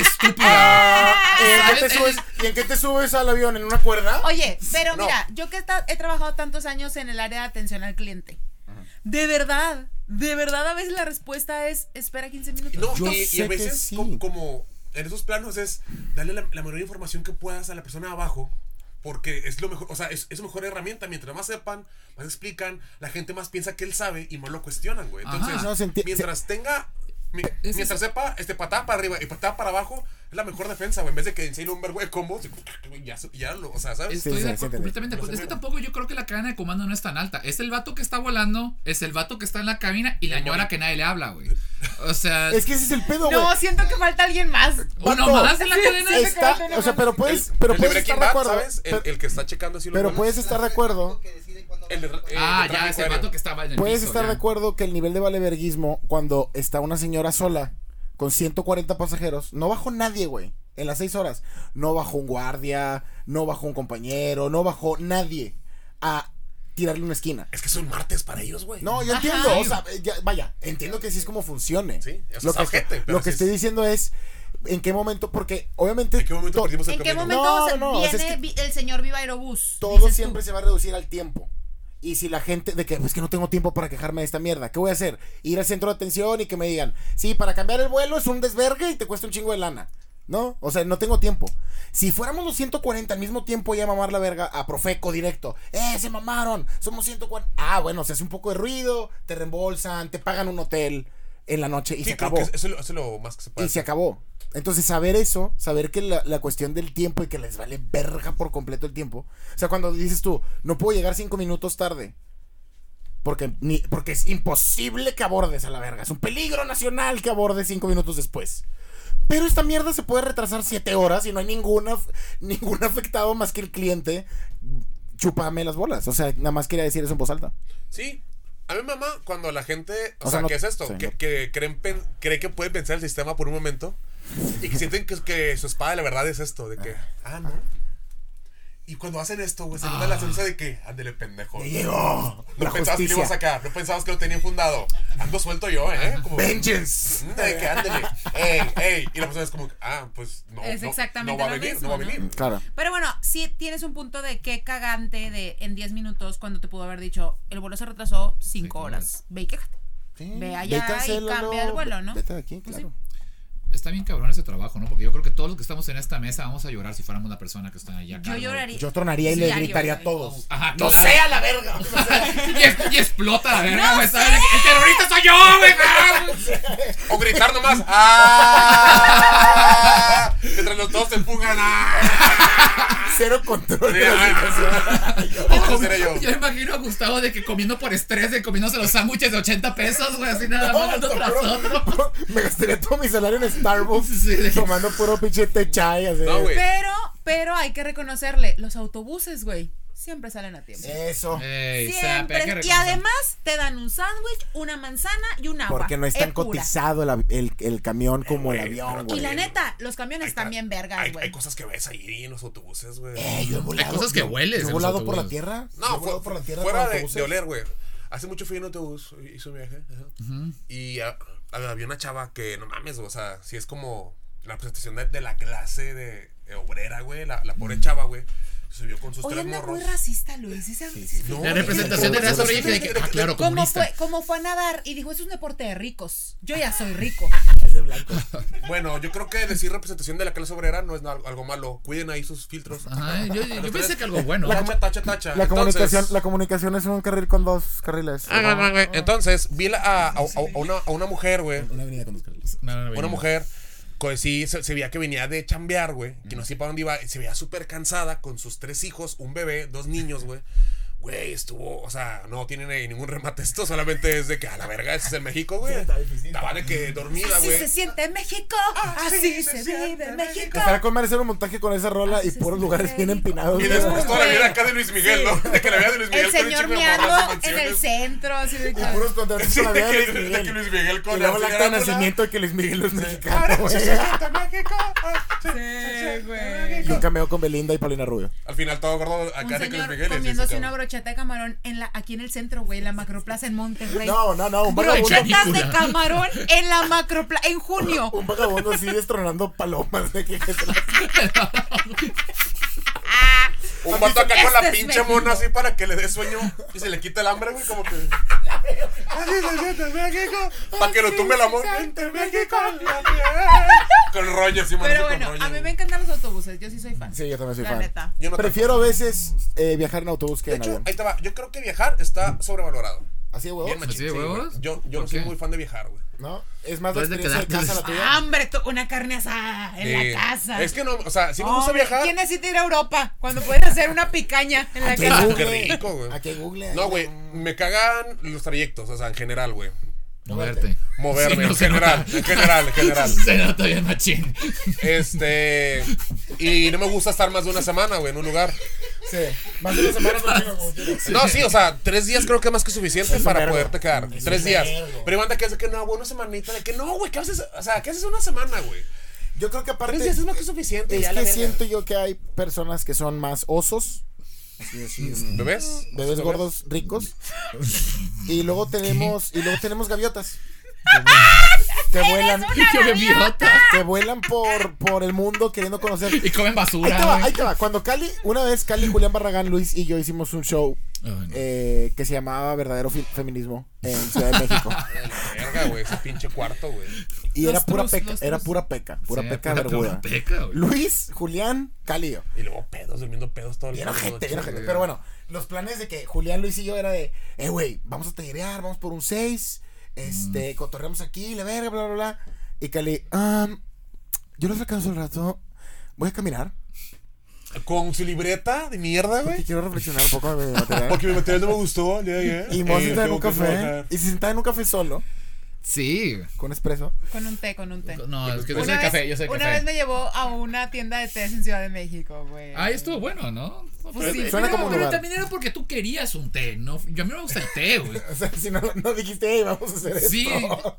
estúpida.
Eh, ¿en qué
¿sabes?
te subes- ¿Y en qué te subes al avión? ¿En una cuerda?
Oye, pero
No.
mira, yo que he esta- he trabajado tantos años en el área de atención al cliente. De verdad, de verdad a veces la respuesta es espera 15 minutos.
No,
Yo
y, y
sé
a veces,
que sí.
co- como, en esos planos, es darle la, la mayor información que puedas a la persona de abajo. Porque es lo mejor, o sea, es, es su mejor herramienta. Mientras más sepan, más explican, la gente más piensa que él sabe y más lo cuestionan, güey.
Ajá.
Entonces,
No, se enti-
mientras tenga, mi-
es-
mientras sepa, este patada para arriba y patada para abajo, es la mejor defensa, güey. En vez de que enseñe un verbo de combos, y ya, ya lo, o sea, ¿sabes?
Estoy
sí,
de
sí,
acuerdo,
entiende.
completamente de acuerdo. Es que tampoco yo creo que la cadena de comando no es tan alta. Es el vato que está volando, es el vato que está en la cabina y la señora que nadie le habla, güey. O sea,
Es que ese es el pedo, güey.
No, siento que falta alguien más.
uno
vato.
más en la cadena.
sí,
Está-
sí, sí,
o sea, pero
El-
puedes, pero
el de
puedes
Breaking
estar de
Bad,
acuerdo.
¿sabes? El,
pero-
el que está checando así los
pero
vuelos.
puedes estar de acuerdo.
que decide cuándo
El de-
va a
eh, el
ah,
de
ya,
tráfico
ese
aéreo.
vato que estaba en el
Puedes
piso,
estar
ya.
de acuerdo que el nivel de valeverguismo cuando está una señora sola con 140 pasajeros, no bajó nadie, güey. En las 6 horas. No bajó un guardia, no bajó un compañero, no bajó nadie a tirarle una esquina.
Es que son martes para ellos, güey.
No, yo
Ajá.
entiendo, o sea, ya- vaya, entiendo que así es como funcione.
Sí, eso
lo
es
que,
ojete, pero
lo que
sí es-
estoy diciendo es en qué momento, porque obviamente
¿En qué momento
to-
perdimos el
¿En qué
camino?
momento
No,
se-
no, o sea,
viene
es que-
vi- el señor Viva Aerobús?
todo
Dices tú.
siempre se va a reducir al tiempo. Y si la gente de que es que no tengo tiempo para quejarme de esta mierda, ¿qué voy a hacer? Ir al centro de atención y que me digan, sí, para cambiar el vuelo es un desvergue y te cuesta un chingo de lana. No, o sea, no tengo tiempo. Si fuéramos los 140 al mismo tiempo ya a mamar la verga a Profeco directo. ¡Eh, se mamaron! Somos 140. Ah, bueno, se hace un poco de ruido, te reembolsan, te pagan un hotel en la noche y
Sí,
se
creo
acabó.
que eso, eso es lo más que se puede
Y se
hacer.
acabó. Entonces, saber eso, saber que la, la cuestión del tiempo y que les vale verga por completo el tiempo. O sea, cuando dices tú, no puedo llegar cinco minutos tarde. Porque, ni, porque es imposible que abordes a la verga. Es un peligro nacional que abordes cinco minutos después. Pero esta mierda se puede retrasar siete horas y no hay ninguna, af- ningún afectado más que el cliente. Chúpame las bolas. O sea, nada más quería decir eso en voz alta.
Sí. A mí me mamá cuando la gente, o,
O sea,
sea,
no-
¿qué es esto?
sí,
que,
no.
que creen pen- cree que pueden pensar el sistema por un momento y que sienten que, que su espada de la verdad es esto, de que, ah, no. Y cuando hacen esto, güey, se nota la sensación de que, ándele, pendejo.
Ah. Llegó
No
la
pensabas que lo ibas
justicia.
a sacar, no pensabas que lo tenía fundado. Ando suelto yo, ¿eh? Como,
Vengeance.
mm, de que ándele, ey, ey. Y la persona es como, ah, pues no.
Es
no-
exactamente
no, va a
lo
venir,
mismo,
no va a
¿no?
venir.
Claro.
Pero bueno, sí tienes un punto de qué cagante de en 10 minutos cuando te pudo haber dicho el vuelo se retrasó 5 horas. Ve y quéjate.
Sí,
Ve allá y
cancélalo,
cambia el vuelo, ¿no?
Vete de aquí,
Pues
claro.
Está bien cabrón ese trabajo, ¿no? Porque yo creo que todos los que estamos en esta mesa vamos a llorar si fuéramos la persona que está allá.
Yo lloraría.
Yo tronaría y
Sí,
le
diario,
gritaría a
diario.
todos.
Ajá,
¡No
claro.
sea la verga! O sea,
Y, es- y explota la verga, güey. ¿sabes? ¡El terrorista soy yo, güey!
O gritar nomás. ¡Ah! Mientras los dos se empujan. ¡Ah!
Cero control. de la situación.
Eso seré yo.
Yo imagino a Gustavo de que comiendo por estrés, de comiéndose los sándwiches de 80 pesos, güey, así nada más uno tras otro.
Me gastaría todo mi salario en Starbucks
Sí.
tomando puro pinche té chai. así.
No, güey.
Pero, pero hay que reconocerle, los autobuses, güey, siempre salen a tiempo.
Eso.
Ey, sape, hay que
Siempre. Y
reconocer.
además te dan un sándwich, una manzana y un agua.
Porque no es tan
Es pura.
cotizado el, av- el- el camión como el
güey,
avión,
pero-
Y
güey.
la neta, los camiones
Hay ca-
también vergas,
Hay, hay
güey.
cosas que ves ahí en los autobuses, güey.
Eh, yo he volado-
Hay cosas que
yo- yo
hueles en
he
los
volado por la
autobuses.
tierra. yo he
No,
volado
fue-
por la tierra.
fuera
con
de,
autobuses.
de oler, güey. Hace mucho fui en autobús, hice un viaje. ajá. Y ah, había una chava que, no mames, o sea, si es como la presentación de, de la clase de, de obrera, güey. La, la pobre chava, güey. se vio con sus
Hoy
tres
anda
morros.
muy racista, Luis. ¿sí saben?
sí.
No,
La representación de
no,
la
no,
sobre
no,
dije de que, ah, claro,
Como
comunista.
fue, como fue a nadar y dijo, eso es un deporte de ricos. Yo ya soy rico.
Ah,
Es de blanco.
Bueno, yo creo que decir representación de la clase obrera no es na- algo malo. Cuiden ahí sus filtros.
Ajá, yo, yo pensé que algo bueno.
Tacha, tacha, tacha.
La comunicación,
Entonces-
la comunicación es un carril con dos carriles.
Ah, ah, ah, ah. Entonces, vi la- a, a- a- a una, a una mujer, güey.
Una avenida con dos carriles.
No, no, no,
Una
no.
mujer. que sí, se, se veía que venía de chambear, güey. Que no sé para dónde iba. y Se veía súper cansada con sus tres hijos, un bebé, dos niños, güey. Güey, estuvo, o sea, no tienen ahí ningún remate esto, solamente es de que a la verga, ese es el México, güey.
Sí, está difícil.
Estaba de que dormida,
Así
güey. Ah,
se siente México. Así
sí,
se
se siente
vive México.
México.
Para comer hacer un montaje con esa rola y
sí,
puros
sí,
lugares
sí.
bien empinados.
Y
güey.
después toda la
Güey.
vida acá de Luis Miguel, ¿no? De que la vida de Luis Miguel
El
con un
señor
chingo de morras en
meando en el
mansiones.
centro. Así de que-
Y puros contratos
Sí,
con la vida
de
de
que-
Luis
de que Luis Miguel con
Y luego el
la
acta de
señora
nacimiento de que Luis Miguel no es mexicano,
Ahora
güey.
sí se siente México. Ah, sí,
Sí,
sí,
güey.
Y un cameo con Belinda y Paulina Rubio.
Al final todo gordo acá
Un
de que Luis
señor
Miguel. y así se
comiéndose una
acaba.
brocheta de camarón en la, aquí en el centro, güey, en la macroplaza en Monterrey.
No, no, no, un vagabundo,
brochetas de
Ridícula.
camarón en la macroplaza en junio.
un vagabundo así destronando palomas. De que, que se las-
Un vato acá con
Este
la
es
pinche
México.
mona así para que le dé sueño y se le quita el hambre, güey, como que. Así se siente México. Para que lo tumbe el amor. Siente México. la piel. Con rollo así, mano,
Pero
con
bueno,
rollo,
a mí
güey.
me encantan los autobuses, yo sí soy fan.
Sí, yo también soy
La
fan.
neta.
Yo no
Prefiero a veces eh, viajar en autobús que
De
en
hecho,
avión.
ahí te va. Yo creo que viajar está sobrevalorado.
Así de huevos,
Bien machín,
¿Así de
sí,
huevos?
güey. Yo, yo no
¿Por
soy
qué?
muy fan de viajar, güey.
¿no? Es más la
Tú has de
experiencia de
quedarte
casa la
Ah,
tuya.
Hombre, tú- una carne asada en
Eh,
la casa.
Es que no, o sea, si me gusta
Hombre,
viajar.
¿Quién necesita ir a Europa cuando puedes hacer una picaña en la
Aquí
Ah,
hay
casa?
qué
Google.
rico, güey.
Aquí hay Google. ahí
No, güey,
hay-
me cagan los trayectos, o sea, en general, güey.
Moverte.
Moverme,
Sí, no
en
se
general,
nota.
en general, en general.
Se nota bien machín.
Este. Y no me gusta estar más de una semana, güey, en un lugar.
Sí. Más de una semana contigo, como quieras.
No, sí, o sea, tres días creo que es más que suficiente para
vergo.
poderte quedar. Tres días.
vergo.
Pero hay banda que hace que no, güey, una semanita. De que no, güey, ¿qué haces? O sea, ¿qué haces una semana, güey?
Yo creo que aparte.
Tres días es más que suficiente.
Es
ya la
que
verga.
siento yo que hay personas que son más osos. Sí, sí, sí.
¿Bebés?
Bebés gordos ricos. Y luego tenemos. Y luego tenemos gaviotas. Que vuelan.
Yo me idiota.
Que vuelan por, por el mundo queriendo conocer.
Y comen
Ahí
basura.
te va,
güey.
ahí te va. Cuando Cali, una vez Cali, Julián Barragán, Luis y yo hicimos un show
Ay, no.
eh, que se llamaba Verdadero Fi- Feminismo en Ciudad de México.
Verga, güey, ese pinche cuarto, güey.
Y era
Los
pura
trus,
peca,
los
era
trus.
pura peca, pura
Sí,
peca
pura
verguda.
peca, güey.
Luis, Julián, Cali y yo.
Y luego pedos, durmiendo pedos todo el
Bien
puto
ojete,
noche,
bien ojete.
güey.
Pero bueno, los planes de que Julián, Luis y yo era de, eh, güey, vamos a tallerear, vamos por un 6,
Mm.
este, cotorreamos aquí, la verga, bla, bla, bla. Y Cali, "Am, yo los alcanzo un rato, voy a caminar,
Con su libreta de mierda,
porque
güey.
quiero reflexionar un poco de mi material.
Porque mi material no me gustó el día de ayer.
Y me voy a
Eh,
sentar en
tengo
un
que
café,
trabajar.
y se sentaba en un café solo,
Sí. güey.
con espresso.
Con un té, con un té.
No, es que yo soy
Una,
de
vez,
café, yo soy de
una vez
café.
me llevó a una tienda de tés en Ciudad de México, güey.
Ahí Ah, estuvo bueno, ¿no?
Pues sí,
Suena
pero-
como un
Pero
lugar.
también era porque tú querías un té, ¿no? Yo a mí me gusta el té, güey.
O sea, si no, no dijiste, hey, vamos a hacer esto.
Sí,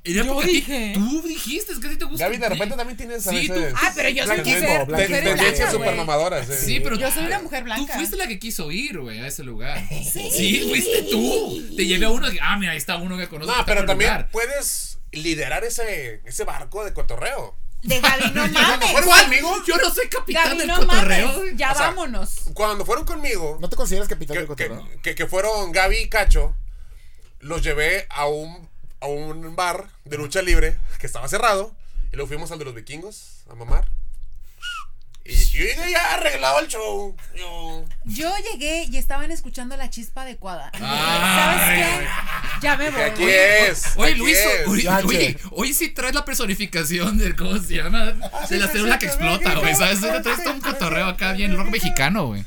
era
Yo
porque a ti-
dije.
tú dijiste, es Pues que a ti te gusta.
Gaby, de
el té.
repente también tienes a
Sí,
veces-
tú-
Ah, pero yo sí
Blanquismo,
quise ser
blanquismo.
mujer
Tendencia
blanca,
Tendencias
güey.
super mamadoras. eh.
Sí, pero
Yo
tú-
soy una mujer blanca.
Tú fuiste la que quiso ir, güey, a ese lugar. Sí. fuiste tú. Te llevé a uno que, ah, mira, ahí está uno que conoce.
No,
está en
pero
el
también
lugar.
puedes liderar ese, ese barco de cotorreo.
De Gaby, no mames.
Bueno,
¿Cuál?
amigo.
Yo no soy capitán
Gaby,
del
no
cotorreo.
mames. Ya
O sea,
vámonos.
Cuando fueron conmigo,
¿No te consideras capitán
que,
del cotorreo?
que- que- que fueron Gaby y Cacho, los llevé a un, a un bar de lucha libre que estaba cerrado. Y luego fuimos al de los vikingos a mamar. Y y yo llegué ya arreglado el show. Yo,
Yo llegué y estaban escuchando la chispa adecuada. ¿Sabes
Ah, Ay,
qué? Ya me
¿qué
voy.
aquí es?
Oye,
aquí
Luis,
es.
oye,
Ya,
oye,
che.
hoy sí traes la personificación del, ¿cómo se llama? De la
sí,
célula
sí,
que
sí,
explota,
sí,
güey,
sí,
¿sabes?
sí,
Te
sí,
traes todo un
sí,
cotorreo
sí,
acá
sí,
bien
sí,
rock
sí.
mexicano, güey.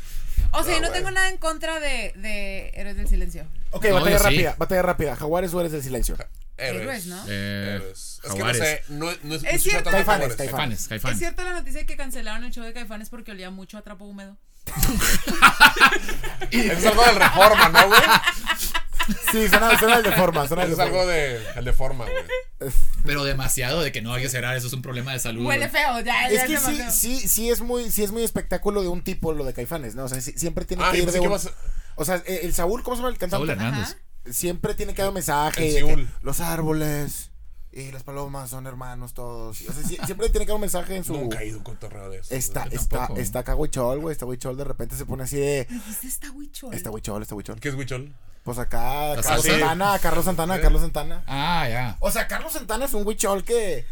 O sea, yo no
güey.
tengo nada en contra de, de Héroes del Silencio.
Ok,
No,
batalla
yo sí.
rápida, batalla rápida. Jaguares o eres del silencio.
Héroes.
Héroes, ¿no?
Eh,
Héroes. Pues, Es que no
Jaguares.
sé, no, no,
Es cierto.
Caifanes,
Caifanes.
Caifanes,
Es
Caifanes.
cierto la noticia de que cancelaron el show de Caifanes porque olía mucho a trapo húmedo.
Es algo del reforma, ¿no, güey?
Sí, suena, suena el de forma, suena el de
Es
forma.
algo de, el de forma, güey.
Pero demasiado de que no hay que cerrar, eso es un problema de salud.
Huele
güey.
feo, ya,
Es
ya
que
se
sí,
mandó.
sí, sí es muy, sí es muy espectáculo de un tipo lo de Caifanes, ¿no? O sea, sí- siempre tiene
Ah,
que
yo
ir
pensé
de
que
un-
ibas a-
O sea, eh, el Saúl, ¿cómo se llama el
Saúl
Ah,
cantante?
Hernández.
Siempre tiene que dar un mensaje.
El
de que
Siúl.
los árboles. y las palomas son hermanos todos. O sea, sí- siempre tiene que haber un mensaje en su...
Nunca he ido a un cotorreo de eso.
Está,
Yo
está,
tampoco.
está caguichol, güey. Está huichol, de repente se pone así de...
Dijiste está huichol.
Está huichol, está huichol.
¿Qué es Huichol?
Pues acá, Carlos
sí.
Santana, Carlos Santana, Carlos Santana.
Ah, ya.
O sea, Carlos Santana es un huichol que,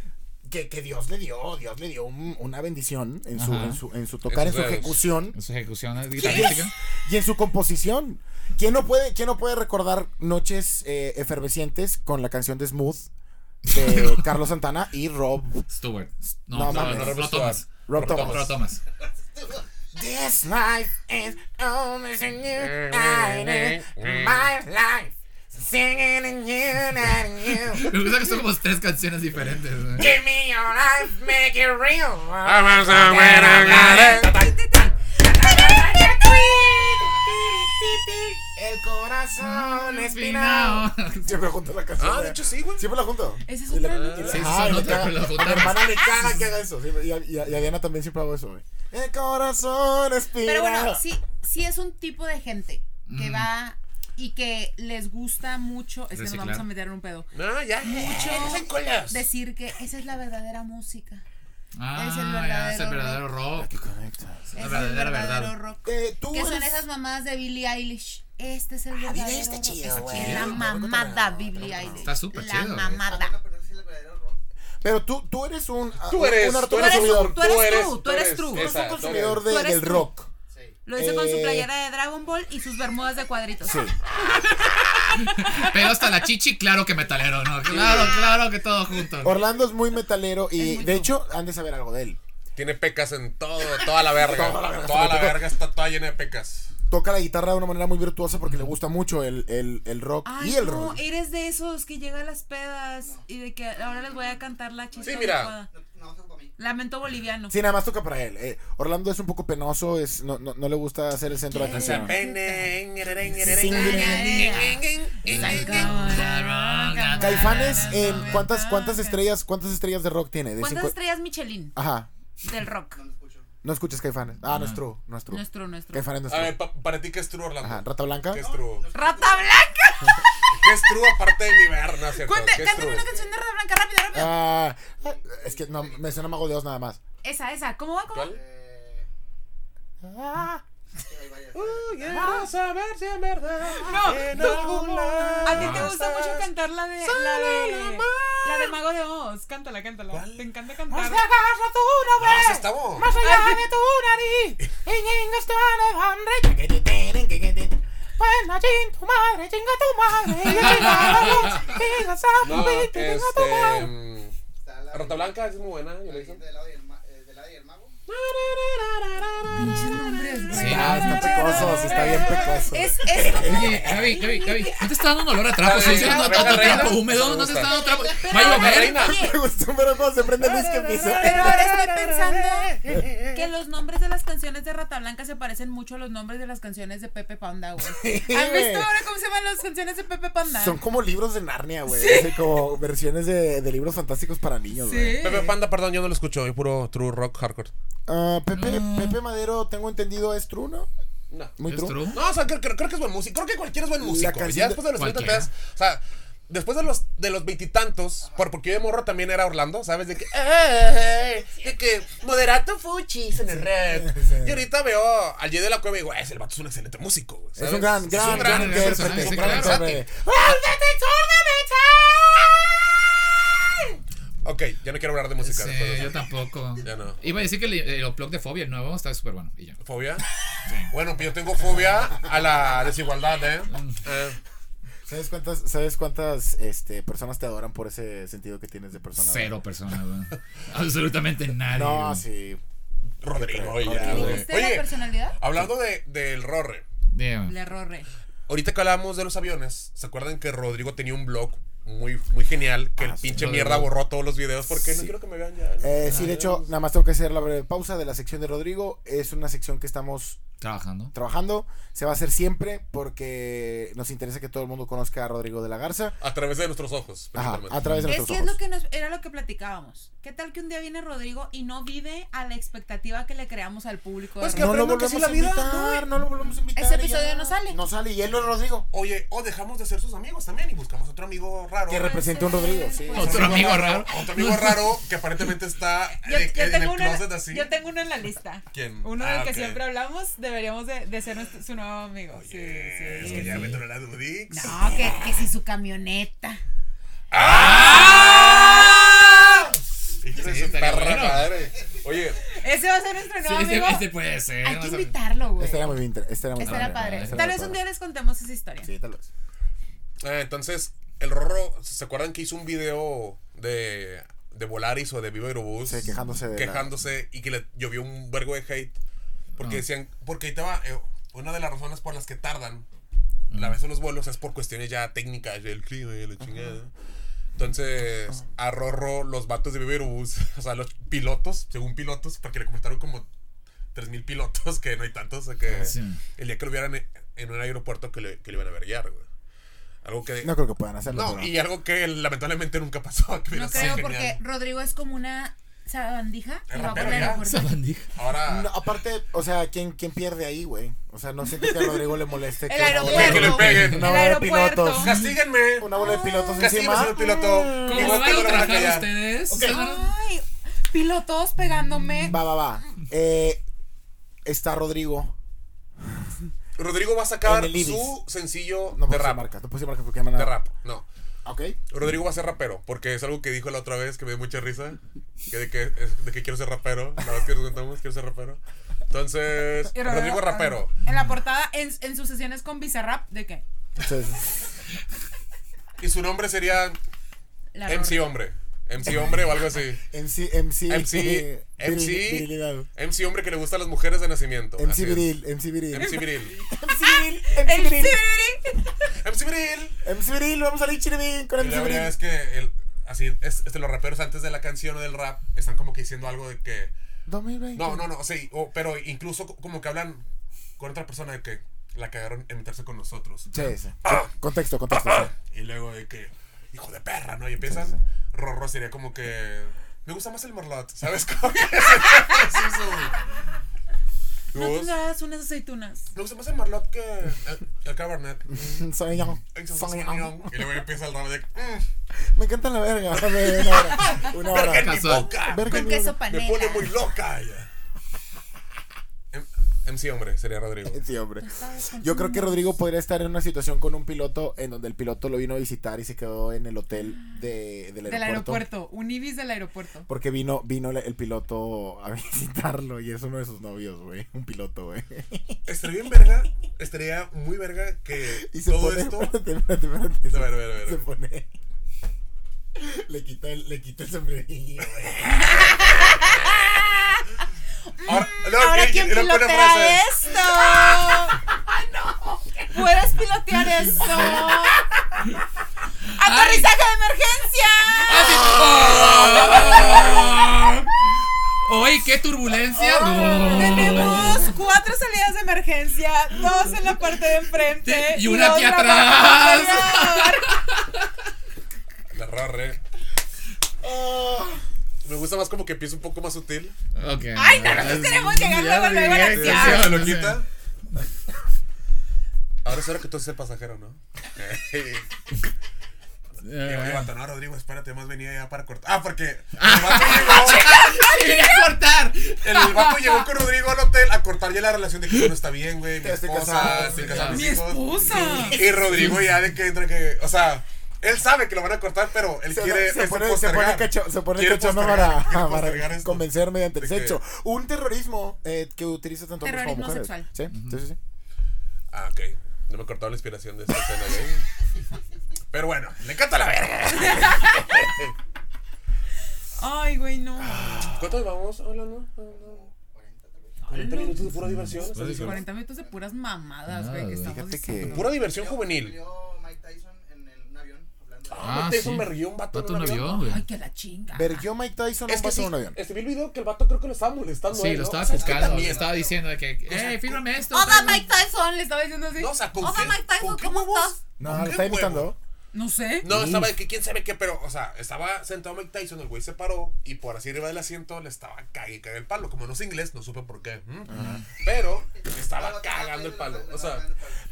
que, que Dios le dio, Dios le dio un- una bendición en su,
Ajá.
en su, en su tocar, en
En
su
sus dedos.
ejecución
En su ejecución es guitarrística.
y en su composición. ¿Quién no puede, quién no puede recordar noches eh, efervescientes con la canción de Smooth de Carlos Santana y Rob?
Stewart. No,
No,
no, no,
mames.
no,
Robert
Rob
Stewart.
Thomas.
Rob Thomas.
Rob Thomas.
This life is only a new night in my life. Singing in you, not in you.
Me gusta que son como tres canciones diferentes. güey.
Give me your life, make it real.
Ah,
El corazón espinado. Siempre junto la canción.
Ah, de hecho sí, güey.
Siempre la junto.
Esa es
Y la-
otra.
y la-
Sí,
ah,
son
y le
otra,
caga-
pero la
a mi hermana
juntan.
le caga que haga eso. siempre. Y a, y a- y a Diana también siempre hago eso, güey. El corazón espinado.
Pero bueno, sí, sí es un tipo de gente que va y que les gusta mucho. Es que nos
Reciclar.
vamos a meter en un pedo.
No, ya.
Mucho
Mucho. colas.
Decir que esa es la verdadera música.
Ah,
Es el
ya, es el
verdadero
verdadero rock.
Conectas.
Es el
verdadera
verdadero
verdad.
rock.
Eh, tú
Que son
eres-
esas mamás de Billie Eilish. Este es el verdadero.
Billie Eilish está
rock.
chido,
Esa
güey.
Es la
Está
mamada
cotorreo,
Billie Eilish.
Está súper
La
chido, güey.
mamada.
Pero tú, tú eres un.
Tú eres,
un
tú
artista
eres,
consumidor.
tú eres tú, tú eres tú.
Tú eres un
esa,
consumidor
tú
de-
Tú eres
del
tú.
rock.
Lo hizo con su
Eh,
playera de Dragon Ball y sus bermudas de cuadritos.
Sí.
Pero hasta la chichi, claro que metalero, ¿no? Claro, claro que todo junto.
Orlando es muy metalero y
Es muy
de
tú.
hecho han de saber algo de él.
eres. Tiene pecas en todo, toda la verga. toda la verga, está toda llena de pecas.
Toca la guitarra de una manera muy virtuosa porque le gusta mucho el, el, el rock
Ay,
y el
no, eh.
rock.
eres de esos que llega a las pedas y de que ahora les voy a cantar la chicha.
Sí, mira.
licuada. Lamento boliviano.
Sí, nada más toca para él. eh. Orlando es un poco penoso, es, no, no, no le gusta hacer el centro de atención. Caifanes, eh, ¿cuántas, ¿cuántas estrellas cuántas estrellas de rock tiene? De
¿Cuántas
cincu-
estrellas Michelin
Ajá.
del rock?
No escuchas Caifanes. Ah, no es true, no es true.
Nuestro, nuestro.
Caifanes no es
A ver,
true.
pa- para ti, ¿qué es true, Orlando?
Ajá. ¿Rata Blanca?
¿Qué es true?
¡Rata Blanca!
¿Qué es true aparte de mi ver? No, es cierto.
Cuenta,
¿Qué es
cántame
true?
una canción de Rata Blanca, rápido, rápido.
Ah, es que no, me suena Mago de Dios nada más.
Esa, esa. ¿Cómo va? ¿Cómo va?
¿Cuál?
A ti te gusta mucho cantar la de. La de, la de Mago de Oz. Cántala, cántala. Te encanta cantar.
Ah, sí estamos. No, este... mm, Rata Blanca es muy buena. Yo le hice.
Sí.
Ah, está pecoso, sí, está bien pecoso.
Es, es como-
Oye, Gaby, Gaby, Gaby, ¿no te está dando olor a trapo?
Dale,
¿Sí? ¿No te está
venga,
dando
reina.
trapo húmedo? ¿No te está dando trapo? ¿Va a llover?
Reina.
Oye,
Me gustó, pero cuando se prende el disco empieza.
Pero ahora estoy pensando que los nombres de las canciones de Rata Blanca se parecen mucho a los nombres de las canciones de Pepe Panda, güey. ¿Has
güey.
visto ahora cómo se llaman las canciones de Pepe Panda?
Son como libros de Narnia, güey. Así Como versiones de, de libros fantásticos para niños, güey.
Sí.
Pepe Panda, perdón, yo no lo escucho. Es puro true rock hardcore.
Ah, Pepe,
Mm.
Pepe Madero, tengo entendido, es true, ¿no?
No.
Muy
¿Es
true.
true?
No, o sea, creo, creo- creo que es buen músico. Creo que cualquiera es buen músico.
canción
Ya
de-
después de los 30 te
Cualquiera.
das- O sea, después de los de los veintitantos, por, porque yo de morro también era Orlando, ¿sabes? De que. "Ay, de que. Moderato fuchis en el red. Y ahorita veo al Jay de la Cueva y digo, "Ah, ese el vato es un excelente músico. güey",
Es
¿sabes?
un gran, gran, gran,
gran
intérprete,
personaje,
un
sí,
gran
claro.
intérprete.
Ok, ya no quiero hablar de música.
Sí,
después de
yo
eso.
tampoco.
Ya no.
Iba a decir que el, el blog de Fobia, el nuevo, está súper bueno. Y ya.
¿Fobia? Bueno, pues yo tengo fobia a la desigualdad, ¿eh? Eh,
¿Sabes cuántas, sabes cuántas este, personas te adoran por ese sentido que tienes de persona? güey?
Cero personas, güey. Absolutamente nadie.
No,
güey.
sí.
Rodrigo, ya, güey.
¿Viste la personalidad?
hablando de, del Rorre.
Damn.
Le errorre.
Ahorita que hablábamos de los aviones, ¿se acuerdan que Rodrigo tenía un blog muy, muy genial? Que el pinche
lo del
mierda
blog.
borró todos los videos porque no quiero que me vean ya.
Eh, sí, de hecho, nada más tengo que hacer la breve pausa de la sección de Rodrigo. Es una sección que estamos
Trabajando.
trabajando. Se va a hacer siempre porque nos interesa que todo el mundo conozca a Rodrigo de la Garza.
A través de nuestros ojos.
Ajá,
principalmente.
a través de
Es
nuestros
que es lo
ojos.
que nos- era lo que platicábamos. ¿Qué tal que un día viene Rodrigo y no vive a la expectativa que le creamos al público? de
Pues que
No
Rodrigo?
lo
aprendan que
volvemos a
sí la vida,
invitar, no lo volvemos a invitar.
Ese
y ya.
episodio no sale.
No sale, y él no es Rodrigo.
Oye, o dejamos de ser sus amigos también y buscamos otro amigo raro.
Que representa un Rodrigo, sí.
Pues,
Otro amigo raro.
Otro amigo raro que aparentemente está
Yo,
en-
yo
en el
tengo una,
closet así.
yo tengo uno en la lista.
¿Quién?
Uno
Ah,
del que
ok.
siempre hablamos, deberíamos de, de ser nuestro- su nuevo amigo. Sí, sí,
Es
sí.
que ya me entró la Dudix.
No, que, que si su camioneta.
¡Ah! Hijo de
Sí,
su
estaría
perra
bueno.
madre. Oye,
Ese va a ser nuestro
Sí,
nuevo
este,
amigo.
este puede ser.
Hay
no
que
sé.
invitarlo, güey.
Este era muy bien. inter- Este era muy
Este
padre.
era padre.
Este era
Tal
muy
vez un
padre.
día les contemos esa historia.
Sí, tal vez.
eh, entonces, el Rorro, ¿se acuerdan que hizo un video de, de Volaris o de Viva Aerobús?
Sí, quejándose de la-
Quejándose y que le llovió un vergo de hate. Porque
Ah.
decían, porque ahí te va, eh, una de las razones por las que tardan la vez en los vuelos es por cuestiones ya técnicas del clima y la chingada. Entonces, a Rorro, los vatos de Viva Aerobús, o sea, los pilotos, según pilotos, porque le comentaron como 3.000 pilotos, que no hay tantos, o sea, que
Sí.
el día que lo vieran en- en un aeropuerto que le, que le iban a verguiar, güey. Algo que...
No creo que puedan hacerlo.
No,
pero-
y algo que lamentablemente nunca pasó. Que hubiera
No
sido
creo porque
genial.
Rodrigo es como una sabandija y
Es
va a
rapero
poner
ya.
la puerta.
Sabandija.
Ahora...
No, aparte, o sea, ¿quién, ¿quién pierde ahí, güey? O sea, no siento que a Rodrigo le moleste.
El
que-
aeropuerto.
que le peguen.
El
Una bola de
aeropuerto.
pilotos.
¡Castíguenme!
Una bola de pilotos
¡Castíguenme,
encima.
señor piloto! Digo,
¿Cómo van
que no lo
a
van a
trabajar
callar.
ustedes?
Ay, pilotos pegándome.
Va, va, va. Eh, está Rodrigo.
Rodrigo va a sacar
En el Ibis.
su sencillo
No
de
puse
rap.
marcas. No puse marcas porque llaman a...
De rap, no.
Ok.
Rodrigo va a ser rapero, porque es algo que dijo la otra vez que me dio mucha risa. Que de que, es- de que quiero ser rapero. La vez que nos contamos, quiero ser rapero. Entonces,
Y
Rodrigo es rapero.
En la portada, en, en sus sesiones con Bizarrap, ¿de qué?
Entonces,
Y su nombre sería
La
MC Hombre. MC Hombre o algo así.
MC, MC,
MC,
eh, viril-
MC.
virilidad.
MC Hombre que le gusta a las mujeres de nacimiento. Así
MC
es.
Viril, MC Viril.
MC Viril.
MC Viril,
El
MC Viril.
Sibiri.
MC Viril.
MC Viril, vamos a salir chiribín con
Y
MC
la verdad
Viril.
es que el- así, es, este, los raperos antes de la canción o del rap están como que diciendo algo de que.
2020.
No, no, no, sí, o- pero incluso co- como que hablan con otra persona de que la cagaron en meterse con nosotros.
Sí, sí. Contexto, contexto. sí.
Y luego de que, hijo de perra, ¿no? Y empiezan,
Sí,
Rorro sería como que, me gusta más el Merlot, ¿sabes? Como que ese es
No
su-
pues,
Vos,
tendrás unas aceitunas.
Me gusta más el Merlot que el, el Cabernet. Mm,
Soy yo.
eso es
Soy yo.
cañón. Y luego empieza el rap de, mm,
Me encanta la verga. Dame Una hora. Una
verga en
hora.
mi
Casual.
boca.
Verga en
Con
mi
queso
boca.
Me
panela.
pone muy loca ella. Em- MC hombre, sería Rodrigo.
Sí, hombre.
Pues,
Yo creo que Rodrigo podría estar en una situación con un piloto en donde el piloto lo vino a visitar y se quedó en el hotel de, del, aeropuerto
Del aeropuerto. Un Ibis del aeropuerto.
Porque vino, vino el- el piloto a visitarlo y es uno de sus novios, güey. Un piloto, güey.
Estaría bien verga, estaría muy verga que
Y se
todo
pone.
esto...
Espérate, espérate, espérate.
A ver, a ver, a ver.
Se pone. Le quita el, le quita el sombrerillo, güey.
Ahora, no,
Ahora,
y- y-
¿quién
y luego pone
pilotea
frases.
esto? ¡No! ¿Puedes pilotear esto? ¡Aterrizaje de emergencia!
Oye, qué turbulencia. No.
Tenemos cuatro salidas de emergencia, dos en la parte de enfrente
Y una
dos
aquí
en la parte
atrás.
posterior.
La rarre. Me gusta más como que empieza un poco más sutil.
Ok.
Ay, no, nosotros queremos llegar luego, luego a la acción.
Ya,
ah, lo
no sé.
quita. Ahora es hora que tú seas el pasajero, ¿no? Y
Eh.
el vato, no, Rodrigo, espérate, más venía ya para cortar. Ah, porque el vato llegó,
¡Ay, quería cortar!
el vato llegó con Rodrigo al hotel a cortar ya la relación de que tú no está bien, güey. Mi
estoy
esposa,
casado,
estoy
sí,
casado,
ya.
mis
Mi
hijos.
esposa.
Y Rodrigo ya de que entra que. O sea, él sabe que lo van a cortar, pero él
Se,
quiere.
se
este,
pone, se pone
postergar.
cacho- se pone
Quiere
cachondo
postergar,
para,
quiere
para
postergar esto.
convencer mediante el
De que-
sexo. Un terrorismo eh, que utiliza tanto hombres como
Terrorismo
mujeres.
sexual.
Sí, sí, sí, sí.
Ah, ok. No me he cortado la inspiración de esta escena, güey. Pero bueno, le encanta la verga.
Ay, güey, no.
¿Cuántos vamos? Hola, no. Hola, no. 40 minutos de pura diversión. ¿estás diciendo?
40 Pues, minutos de puras mamadas, güey, que
Nada,
estamos
fíjate que-
diciendo.
Pura diversión juvenil.
Murió Mike Tyson en el- un avión hablando
Ah,
Ah, Tyson
sí.
me rió un vato.
Vato
en
en
un avión.
avión, güey.
Ay, que la chinga.
Vergió Mike Tyson a
Es
un
que
vato
sí,
en un avión.
este, vi el video que el vato creo que lo estaba molestando.
Sí,
¿eh?
lo
¿no?
estaba
O sea, es que
juzgando.
también,
Le estaba
¿no?
diciendo de que, eh, fírmame esto.
Hola,
fírmame".
Mike Tyson, le estaba diciendo así.
No, o sea, ¿con
Hola,
qué-
Mike Tyson,
con qué
¿cómo
huevos?
estás?
No,
¿Con
lo
qué
está
huevo?
imitando.
No sé.
No, estaba de que quién sabe qué, pero, o sea, estaba sentado Mike Tyson, el güey se paró y por así arriba del asiento le estaba cague, y cague el palo. Como no sé inglés, no supe por qué. ¿m? Pero estaba cagando el palo. O sea,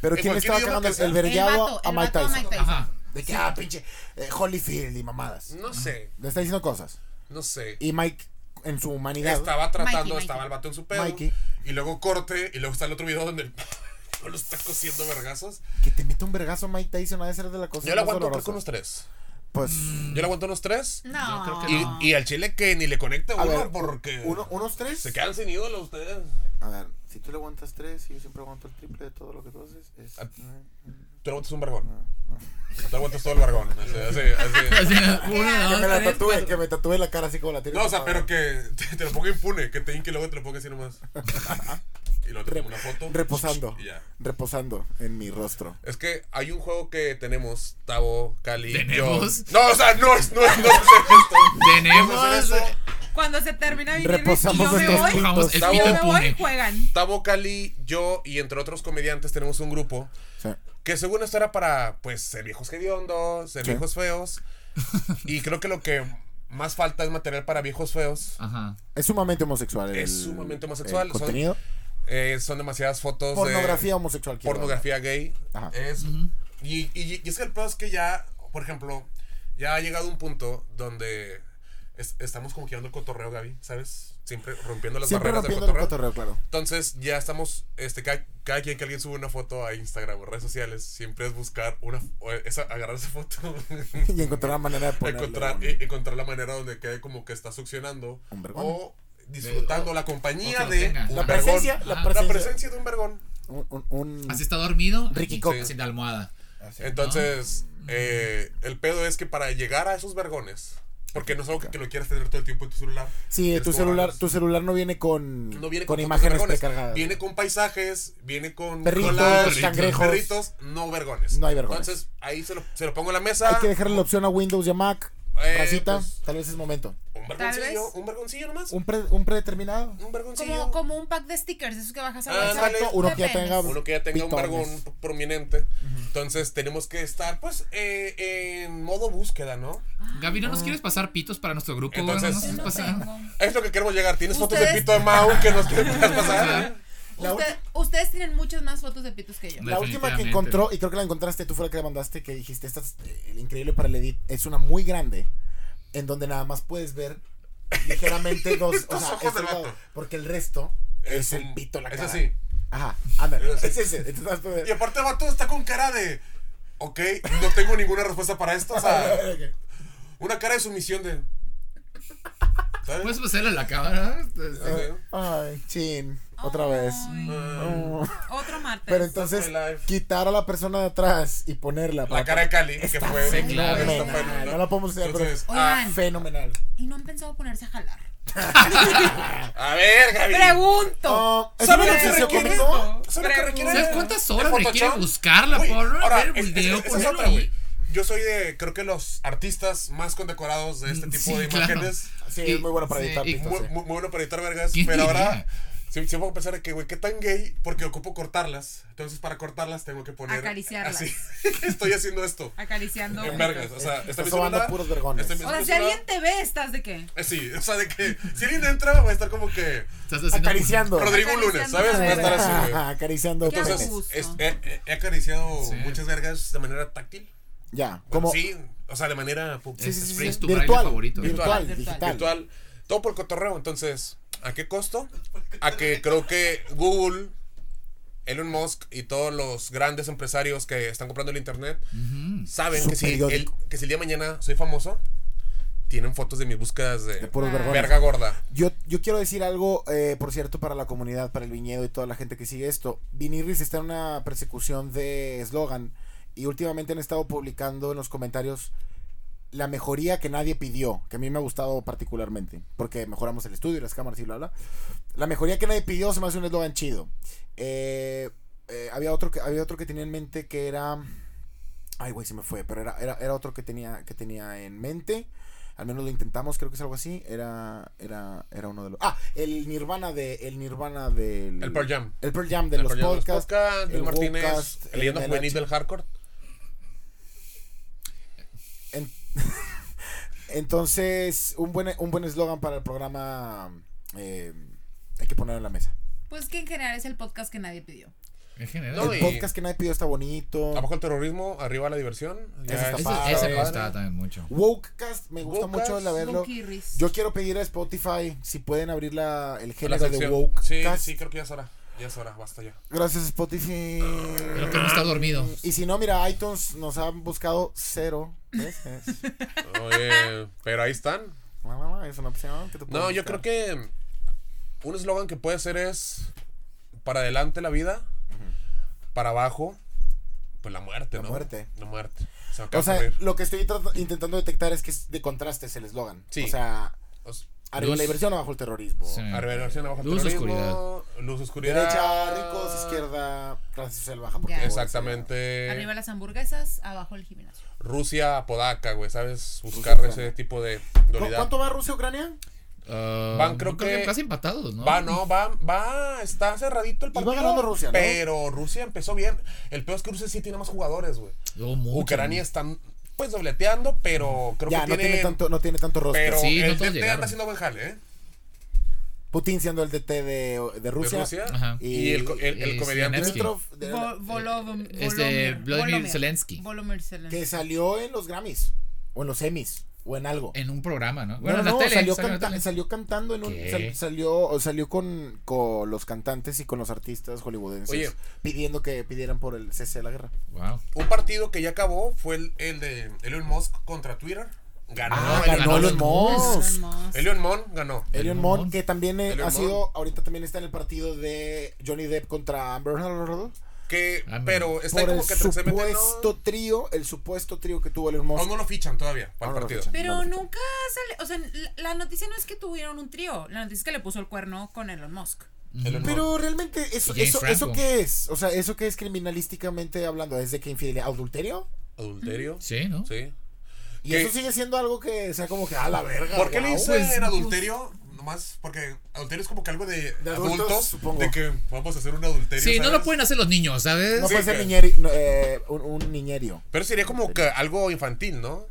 Pero
en
¿quién le
cualquier
estaba
idioma
cagando
que
el,
sea.
el
El
vergueado
vato,
a
el
Mike
vato a Mike
Tyson?
Tyson.
Ajá.
De que, ah, pinche, eh, Holyfield y mamadas.
no sé,
Le está diciendo cosas.
no sé.
Y Mike, en su humanidad.
Estaba tratando,
Mikey,
estaba
Mikey.
el vato en su pedo.
Mikey.
Y luego corte, y luego está el otro video donde el lo está cosiendo vergazos.
Que te mete un vergazo Mike Tyson ha de ser de la cosa.
Yo le
más
aguanto creo
dolorosa.
que unos tres.
Pues.
Yo le aguanto unos tres.
No.
Yo creo que
Y, y al chile que ni le conecta
A
uno
ver,
porque
uno- unos tres.
Mm. se quedan sin ídolo ustedes.
A ver, si tú le aguantas tres, y yo siempre aguanto el triple de todo lo que tú haces. Es...
Ah. Tú le aguantas un vergón. Tú aguantas todo el vergón. Así, así, así.
Así, una,
Que me
dos,
la
tres,
tatúe, que me tatúe la cara así como la tiene.
No, o sea,
tatuada.
pero que te, te lo ponga impune, que te hinque y luego te lo ponga así nomás. Y luego te pongo una foto.
Reposando.
Y ya.
Reposando en mi rostro.
Es que hay un juego que tenemos, Tavo, Cali,
¿Tenemos?
yo. No, o sea, no es, no es, no es esto.
Tenemos.
Cuando se termina mi viernes y
Reposamos
yo me
nuestros
voy,
pintos.
Dejamos el
y yo
pito
me voy,
impune.
juegan.
Tavo, Cali, yo y entre otros comediantes tenemos un grupo
O sea,
que según esto era para, pues, ser viejos hediondos, ser
Sí.
viejos feos. Y creo que lo que más falta es material para viejos feos.
Ajá.
es sumamente homosexual. el-
Es sumamente homosexual,
El
son-
contenido.
Eh, son demasiadas fotos
Pornografía
de
homosexual. quiero
pornografía gay.
Ajá.
Es- y, y- y es que el pedo es que ya, por ejemplo, ya ha llegado un punto donde es- estamos como llevando el cotorreo, Gaby, ¿sabes? Siempre rompiendo
hablar.
las
Siempre
barreras del
rompiendo el
cotorreo.
cotorreo, claro.
Entonces ya estamos, este, cada, cada quien que alguien sube una foto a Instagram o redes sociales, siempre es buscar una, o es a- agarrar esa foto,
Y encontrar la manera de ponerle
encontrar,
un-
e- encontrar la manera donde quede como que está succionando
Un vergón.
o disfrutando
o-
la
o
compañía
que lo
de
tenga.
un
La
vergón.
presencia, la
Ajá.
presencia.
de un vergón.
un- un- un-
Así está dormido.
Ricky
aquí,
Cox.
Sin la almohada.
Entonces,
Mm.
eh, el pedo es que para llegar a esos vergones, porque no es algo que, que lo quieras tener todo el tiempo en tu celular.
Sí,
tienes
tu
que
celular,
borrarlos.
tu celular no viene con,
no viene
con,
fotos de
imágenes
vergones.
precargadas.
Viene con paisajes, viene con
Perritos,
colas,
cangrejos.
perritos, no vergones.
No hay vergones.
Entonces, ahí se lo, se lo pongo en la mesa.
Hay que dejarle la opción a Windows y a Mac.
Eh,
Racita,
pues-
tal vez es momento.
Un
Tal
vergoncillo,
vez.
un vergoncillo nomás. Un,
Un, pre- un predeterminado.
vergoncillo.
Como, como un pack de stickers, esos que bajas a
Ah,
WhatsApp.
dale.
Uno que ya
Depende.
tenga-
Uno que ya tenga
Pitones.
un vergón p- prominente. Entonces, tenemos que estar, pues, eh, en modo búsqueda, ¿no?
Gaby, ¿no
Ah.
nos quieres pasar pitos para nuestro grupo? güey?
Entonces-
¿No nos quieres pasar?
Tengo.
Es lo que queremos llegar. ¿Tienes fotos de
Ustedes-
pito de Mau que nos quieres pasar?
La
Usted- ustedes tienen muchas más fotos de pitos que yo.
La última que
Definitivamente.
encontró, y creo que la encontraste, tú fue la que la mandaste, que dijiste, esta es eh, increíble para el edit. Es una muy grande, en donde nada más puedes ver ligeramente dos. o
Los
sea,
ojos
es
del
un lado,
vato.
porque el resto es,
Es
el
un-
pito, la
es
cara.
así.
Ajá, ándale.
Es
Es
así.
ese. Entonces, vas a poder-
Y aparte el vato está con cara de. Ok, no tengo ninguna respuesta para esto. O sea, una cara de sumisión de. ¿Sabes?
¿Puedes pasarle a la cámara? Este,
Ok.
Ay, chin, otra vez.
Ay,
Mm,
Oh.
Otro martes.
Pero entonces,
Fue live.
quitar a la persona de atrás y ponerla.
la
para-
cara de Cali, que fue.
sí, claro.
esto fue-
Fenomenal, no la podemos hacer, pero-
Entonces, ah,
Oigan,
Fenomenal.
y no han pensado ponerse a jalar.
a ver, Gaby.
Pregunto.
Oh, ¿es
¿Saben
un
lo que
ejercicio
requiere?
cómico?
¿Saben lo que requiere?
¿Sabes
cuántas
el
horas
Photoshop?
requiere buscarla,
Güey,
porno,
ahora,
ver el
es- es-
video,
esa es
ponerlo
otra,
ahí?
güey. Yo soy de, creo que los artistas más condecorados de este tipo
Sí,
de
claro.
imágenes.
Sí,
Y-
es muy bueno para
sí,
editar.
y-
pito,
muy,
sí.
muy- muy bueno para editar vergas,
¿Quién
pero
diría?
ahora sí, sí puedo pensar de que, güey, qué tan gay, porque ocupo cortarlas. Entonces, para cortarlas tengo que poner...
Acariciarlas.
Así. Estoy haciendo esto.
Acariciando.
En vergas, o sea,
Estás
esta misma
sobando
hora-
puros vergones.
esta
O
misma
sea, si
hora-
alguien te ve, ¿estás de qué?
Eh, Sí, o sea, de que si alguien entra va a estar como que
Estás haciendo-
Acariciando.
Rodrigo Lunes, ¿sabes? Va a estar así, güey.
Acariciando.
¿Qué
penes.
haces?
Entonces, es- he, he- he acariciado
Sí.
muchas vergas de manera táctil.
Ya,
Bueno,
como
Sí, o sea, de manera pu-
Sí, sí,
este,
sí,
spray
sí. Es tu
virtual,
baile favorito.
virtual,
Virtual.
digital.
virtual. Todo por cotorreo, entonces, ¿a qué costo? A que creo que Google, Elon Musk y todos los grandes empresarios que están comprando el internet saben
Su
que si, el,
periódico.
que si el día de mañana soy famoso, tienen fotos de mis búsquedas de,
De puros vergones.
verga gorda.
Yo, yo quiero decir algo, eh, por cierto, para la comunidad, para el viñedo y toda la gente que sigue esto. Vinirris está en una persecución de eslogan y últimamente han estado publicando en los comentarios la mejoría que nadie pidió, que a mí me ha gustado particularmente, porque mejoramos el estudio y las cámaras y bla, bla. La mejoría que nadie pidió se me hace un eslogan chido. Eh, eh, había, otro que, había otro que tenía en mente que era... Ay, güey, se me fue, pero era, era, era otro que tenía, que tenía en mente. Al menos lo intentamos, creo que es algo así. Era, era, era uno de los. Ah, el Nirvana de. El Nirvana del.
El Pearl Jam.
El Pearl Jam de los podcasts.
el Martínez,
Wocast,
el leyenda
el
juvenil
LH.
del hardcore.
En- Entonces, un buen un buen eslogan para el programa eh, hay que ponerlo en la mesa.
Pues que en general es el podcast que nadie pidió.
En general.
No,
el
y-
podcast que nadie pidió está bonito.
Abajo el terrorismo, arriba la diversión. Ya
Ese está
ese
padre.
ese me
padre.
gustaba también mucho.
Wokecast, me gusta
Wokecast.
mucho el verlo.
Wokirris.
Yo quiero pedir a Spotify si pueden abrir la, el
La
género de
sección. Sí,
Wokecast.
sí, creo que ya es hora. Ya es hora, basta ya.
Gracias Spotify.
Creo que no está dormido.
Y si no, mira, iTunes nos han buscado cero veces.
Oye, pero ahí están.
es una opción que te pueden
No, yo
buscar.
creo que un eslogan que puede ser es para adelante la vida, para abajo, pues la muerte,
La
¿no?
muerte.
La muerte. Se me acaba
O
de
sea,
ocurrir.
lo que estoy trat- intentando detectar es que es de contrastes el eslogan.
Sí.
O sea,
O sea,
arriba
Luz.
la diversión, abajo el terrorismo.
Sí.
arriba, diversión, abajo,
Luz,
terrorismo, Luz, oscuridad. Ah.
Derecha, ricos, izquierda, clase social baja. porque
Ya.
luego
Exactamente.
Arriba las hamburguesas, abajo el gimnasio.
Rusia, Podaca, güey, ¿sabes? Buscar
Rusia,
ese
Podaca.
tipo de
se- ¿Cu-
dualidad.
¿Cuánto va Rusia-Ucrania?
Ah,
Van, creo que-
casi empatados, ¿no?
Va, no, va, va, está cerradito el
Y va
partido.
ganando Rusia, ¿no?
Pero Rusia empezó bien. El peor es que Rusia sí tiene más jugadores, güey.
Oh, mucho.
Ucrania están, pues, dobleteando, pero creo
Ya,
que
no
tiene...
tiene, tanto, no tiene tanto roster.
Pero
Sí, no
el
todos
DT
llegaron.
anda haciendo buen jale, ¿eh?
Putin siendo el DT de, de Rusia.
De Rusia.
Ajá.
Y,
Y el, co- el, el
y
comediante...
Zelensky.
Dimitrov, de- eh,
Vo- Volo-
este,
Volomir-
Vladimir
Volomir.
Zelensky.
Volomir Zelensky.
que salió en los Grammys, o en los Emmys, o en algo.
En un programa, ¿no?
No,
Bueno,
no,
en la
no,
tele.
salió,
salió en la
canta-
tele.
salió cantando en un...
¿Qué?
sal- salió o salió con, con los cantantes y con los artistas hollywoodenses
Oye.
pidiendo que pidieran por el cese de la guerra.
Wow.
Un partido que ya acabó fue el, el de Elon Musk contra Twitter. Ganó.
Ah,
Elon,
ganó
Musk.
Elon Musk.
Elon Musk.
Elon Musk ganó.
Elion
Elon
Mon,
Musk.
que también eh,
Elion
ha
Musk.
sido, ahorita también está en el partido de Johnny Depp contra Amber Heard.
Que,
Ah,
pero está
por el
como que se mete,
supuesto trío, el supuesto trío que tuvo Elion
no,
Musk.
aún no lo fichan todavía para
Aún no lo
el partido.
fichan.
Pero
No, no.
nunca sale. O sea, la, la noticia no es que tuvieron un trío. La noticia es que le puso el cuerno con Elon Musk.
Elon Musk.
Pero realmente, eso,
James
eso,
Franco.
¿eso qué es? O sea, ¿eso qué es criminalísticamente hablando? ¿Es de que infidelidad? ¿Adulterio?
Adulterio.
Sí, ¿no?
Sí.
Y
¿Qué?
eso sigue siendo algo que sea como que a la verga.
¿Por qué le
guau.
dicen adulterio? Nomás porque adulterio es como que algo de,
De adultos,
adultos,
supongo.
de que vamos a hacer un adulterio.
Sí, no
¿sabes?
lo pueden hacer los niños, ¿sabes?
No
Sí,
puede ser
que-
niñeri- no, eh, un, un niñerio.
Pero sería como que algo infantil, ¿no?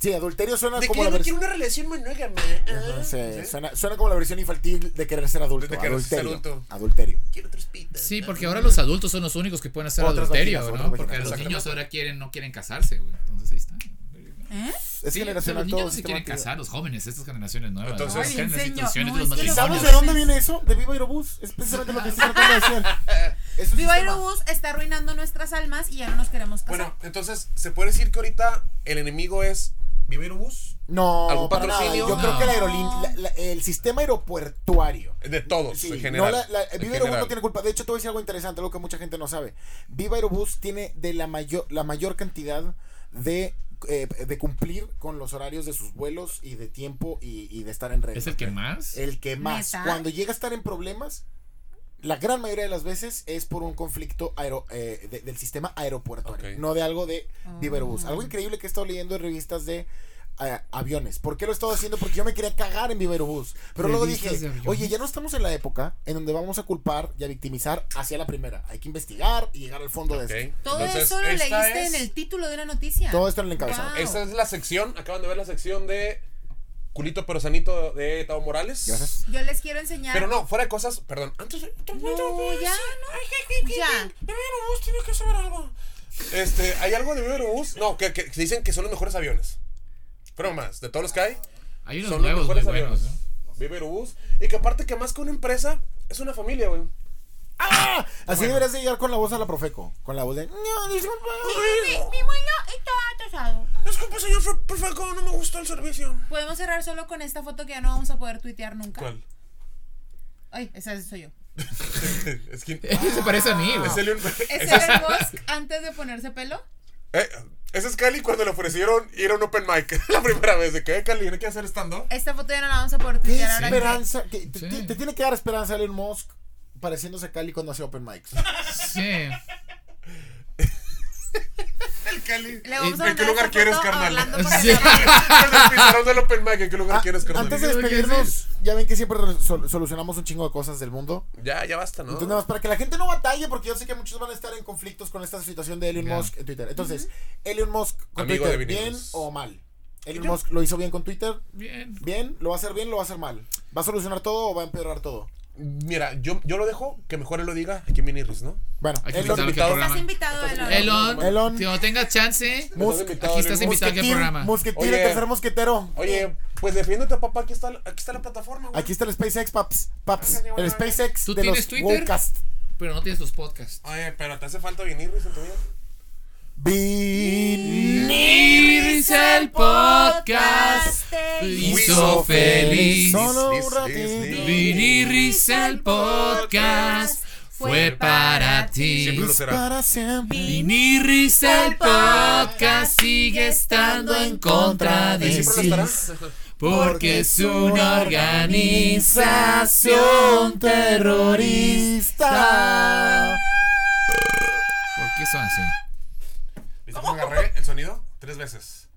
Sí, adulterio suena
De que
Ah, como
yo
la
no
versión.
quiero una relación Ah, monógama.
Ajá, sí,
¿Sí?
Suena, suena como la versión infantil de querer ser adulto.
De querer ser
adulterio,
adulto.
Adulterio.
Quiero tres pitas.
Sí, porque ahora los adultos son los únicos que pueden hacer
Otras
adulterio,
vaginas,
¿no?
otras
Porque
vaginas,
los niños
exactamente.
ahora quieren, no quieren casarse, güey. Entonces ahí está.
¿Eh?
Es
Sí, o sea,
generacional
los
todo.
niños no se
sistema
quieren
antiguo.
casar, los jóvenes, estas generaciones nuevas.
Entonces-
Entonces,
Ay,
en las
señor,
instituciones
no,
de los
es que
¿Y
los
sabes
matrimonios.
de dónde viene eso? De Viva Aerobús. Es precisamente lo que estoy tratando de decir. Es un
Viva
sistema-
Aerobús está arruinando nuestras almas y ya no nos queremos casar.
Bueno, entonces, ¿se puede decir que ahorita el enemigo es Vivirubus? ¿Algún
No, para nada.
patrocinio?
Yo
No.
creo que la aerolín- la- la- el sistema aeropuertuario.
De todos,
Sí,
en general.
no, la- la-
en
Viva Aerobús
general.
no tiene culpa. De hecho, te voy a decir algo interesante, algo que mucha gente no sabe. Viva Aerobús tiene de la mayor, la mayor cantidad de, eh, de cumplir con los horarios de sus vuelos y de tiempo y, y de estar en regla.
¿Es el que más?
El que más.
¿Neta?
Cuando llega a estar en problemas, la gran mayoría de las veces es por un conflicto aero- eh, de- del sistema aeropuertuario,
Ok.
no de algo de Viva Aerobús.
Oh.
Algo increíble que he estado leyendo en revistas de eh, aviones. ¿Por qué lo he estado haciendo? Porque yo me quería cagar en Viva Aerobús. Pero luego
Revistas
dije,
de aviones.
oye, ya no estamos en la época en donde vamos a culpar y a victimizar hacia la primera. Hay que investigar y llegar al fondo
Ok.
de esto.
Todo
Entonces,
eso lo
esta
leíste
es-
en el título de una noticia.
Todo esto en el encabezado.
Wow.
Esta es la sección, acaban de ver la sección de Culito pero sanito de Tavo Morales.
Gracias.
Yo les quiero enseñar.
Pero no, fuera de cosas, perdón. Antes.
No, ya, no. Ya.
Vivirubus tiene que saber algo. Este, ¿hay algo de Vivirubus? No, que, que dicen que son los mejores aviones. Pero más, de todos los que hay,
Hay unos
son los
nuevos muy
mejores
buenos,
aviones.
¿no?
Vivirubus. Y que aparte que más que una empresa, es una familia, güey.
¡Ah! Así deberías de llegar con la voz a la Profeco. Con la voz de... No, disculpa.
Mi, mi vuelo está atrasado.
Disculpe, señor Fer- Perfeco, no me gustó el servicio.
Podemos cerrar solo con esta foto que ya no vamos a poder tuitear nunca.
¿Cuál?
Ay, esa soy yo.
es que.
Se parece a mí, güey.
Es el un-
¿Ese
es-
era el Musk antes de ponerse pelo?
eh, ese es Cali cuando le ofrecieron ir a un open mic. La primera vez de que, "Eh, Cali, ¿no que hacer stand-up?
Esta foto ya no la vamos a poder
¿Qué
tuitear ahora. que-
esperanza? que- te,
Sí.
te tiene que dar esperanza Elon Musk pareciéndose a Cali cuando hace Open Mics.
Sí.
Cali.
Le vamos a
¿En qué
mandar
lugar
esa
quieres,
foto a
carnal?
Orlando
Con
para
Sí.
que la-
el pizarrón del Open Mic, ¿en qué lugar
Ah,
quieres, carnal?
antes de
Yo quiero
despedirnos, ya ven que siempre resol- solucionamos un chingo de cosas del mundo.
Ya, ya basta, ¿no?
Entonces, nada más para que la gente no batalle, porque yo sé que muchos van a estar en conflictos con esta situación de Elon
Ya.
Musk en Twitter. Entonces, Elon Musk con
Amigo
Twitter,
de
¿bien
Vinicius.
o mal? Elon Musk lo hizo bien con Twitter,
Bien.
bien, lo va a hacer bien, lo va a hacer mal. ¿Va a solucionar todo o va a empeorar todo?
Mira, yo, yo lo dejo, que mejor él lo diga aquí en Miniris, ¿no?
Bueno,
Hay que
Elon,
invitarlo aquí
invitado.
al
Estás
programa.
invitado, Elon.
Elon,
Elon.
si no tengas chance,
Musk,
Estás invitado,
aquí estás
Luis.
invitado aquí al
Musquetín,
programa.
Musquetín, el
Oye.
tercer mosquetero.
Oye, pues defiéndete, papá, aquí está, la- aquí está la plataforma, güey.
Aquí está el SpaceX, paps, paps. El SpaceX
¿Tú
de
tienes
los
Twitter?
Wowcast.
pero no tienes tus podcasts.
Oye, pero te hace falta Viniris en tu vida.
Iris el podcast hizo feliz.
Solo un
This, this, this,
ratito.
this.
Viniris el podcast fue para
Siempre
ti.
lo será.
Para siempre.
Viniris el podcast sigue estando en contra
Y
de
siempre lo
sí.
estará.
Porque es una organización terrorista. ¿Por qué son así?
¿Viste cómo agarré el sonido? Tres veces.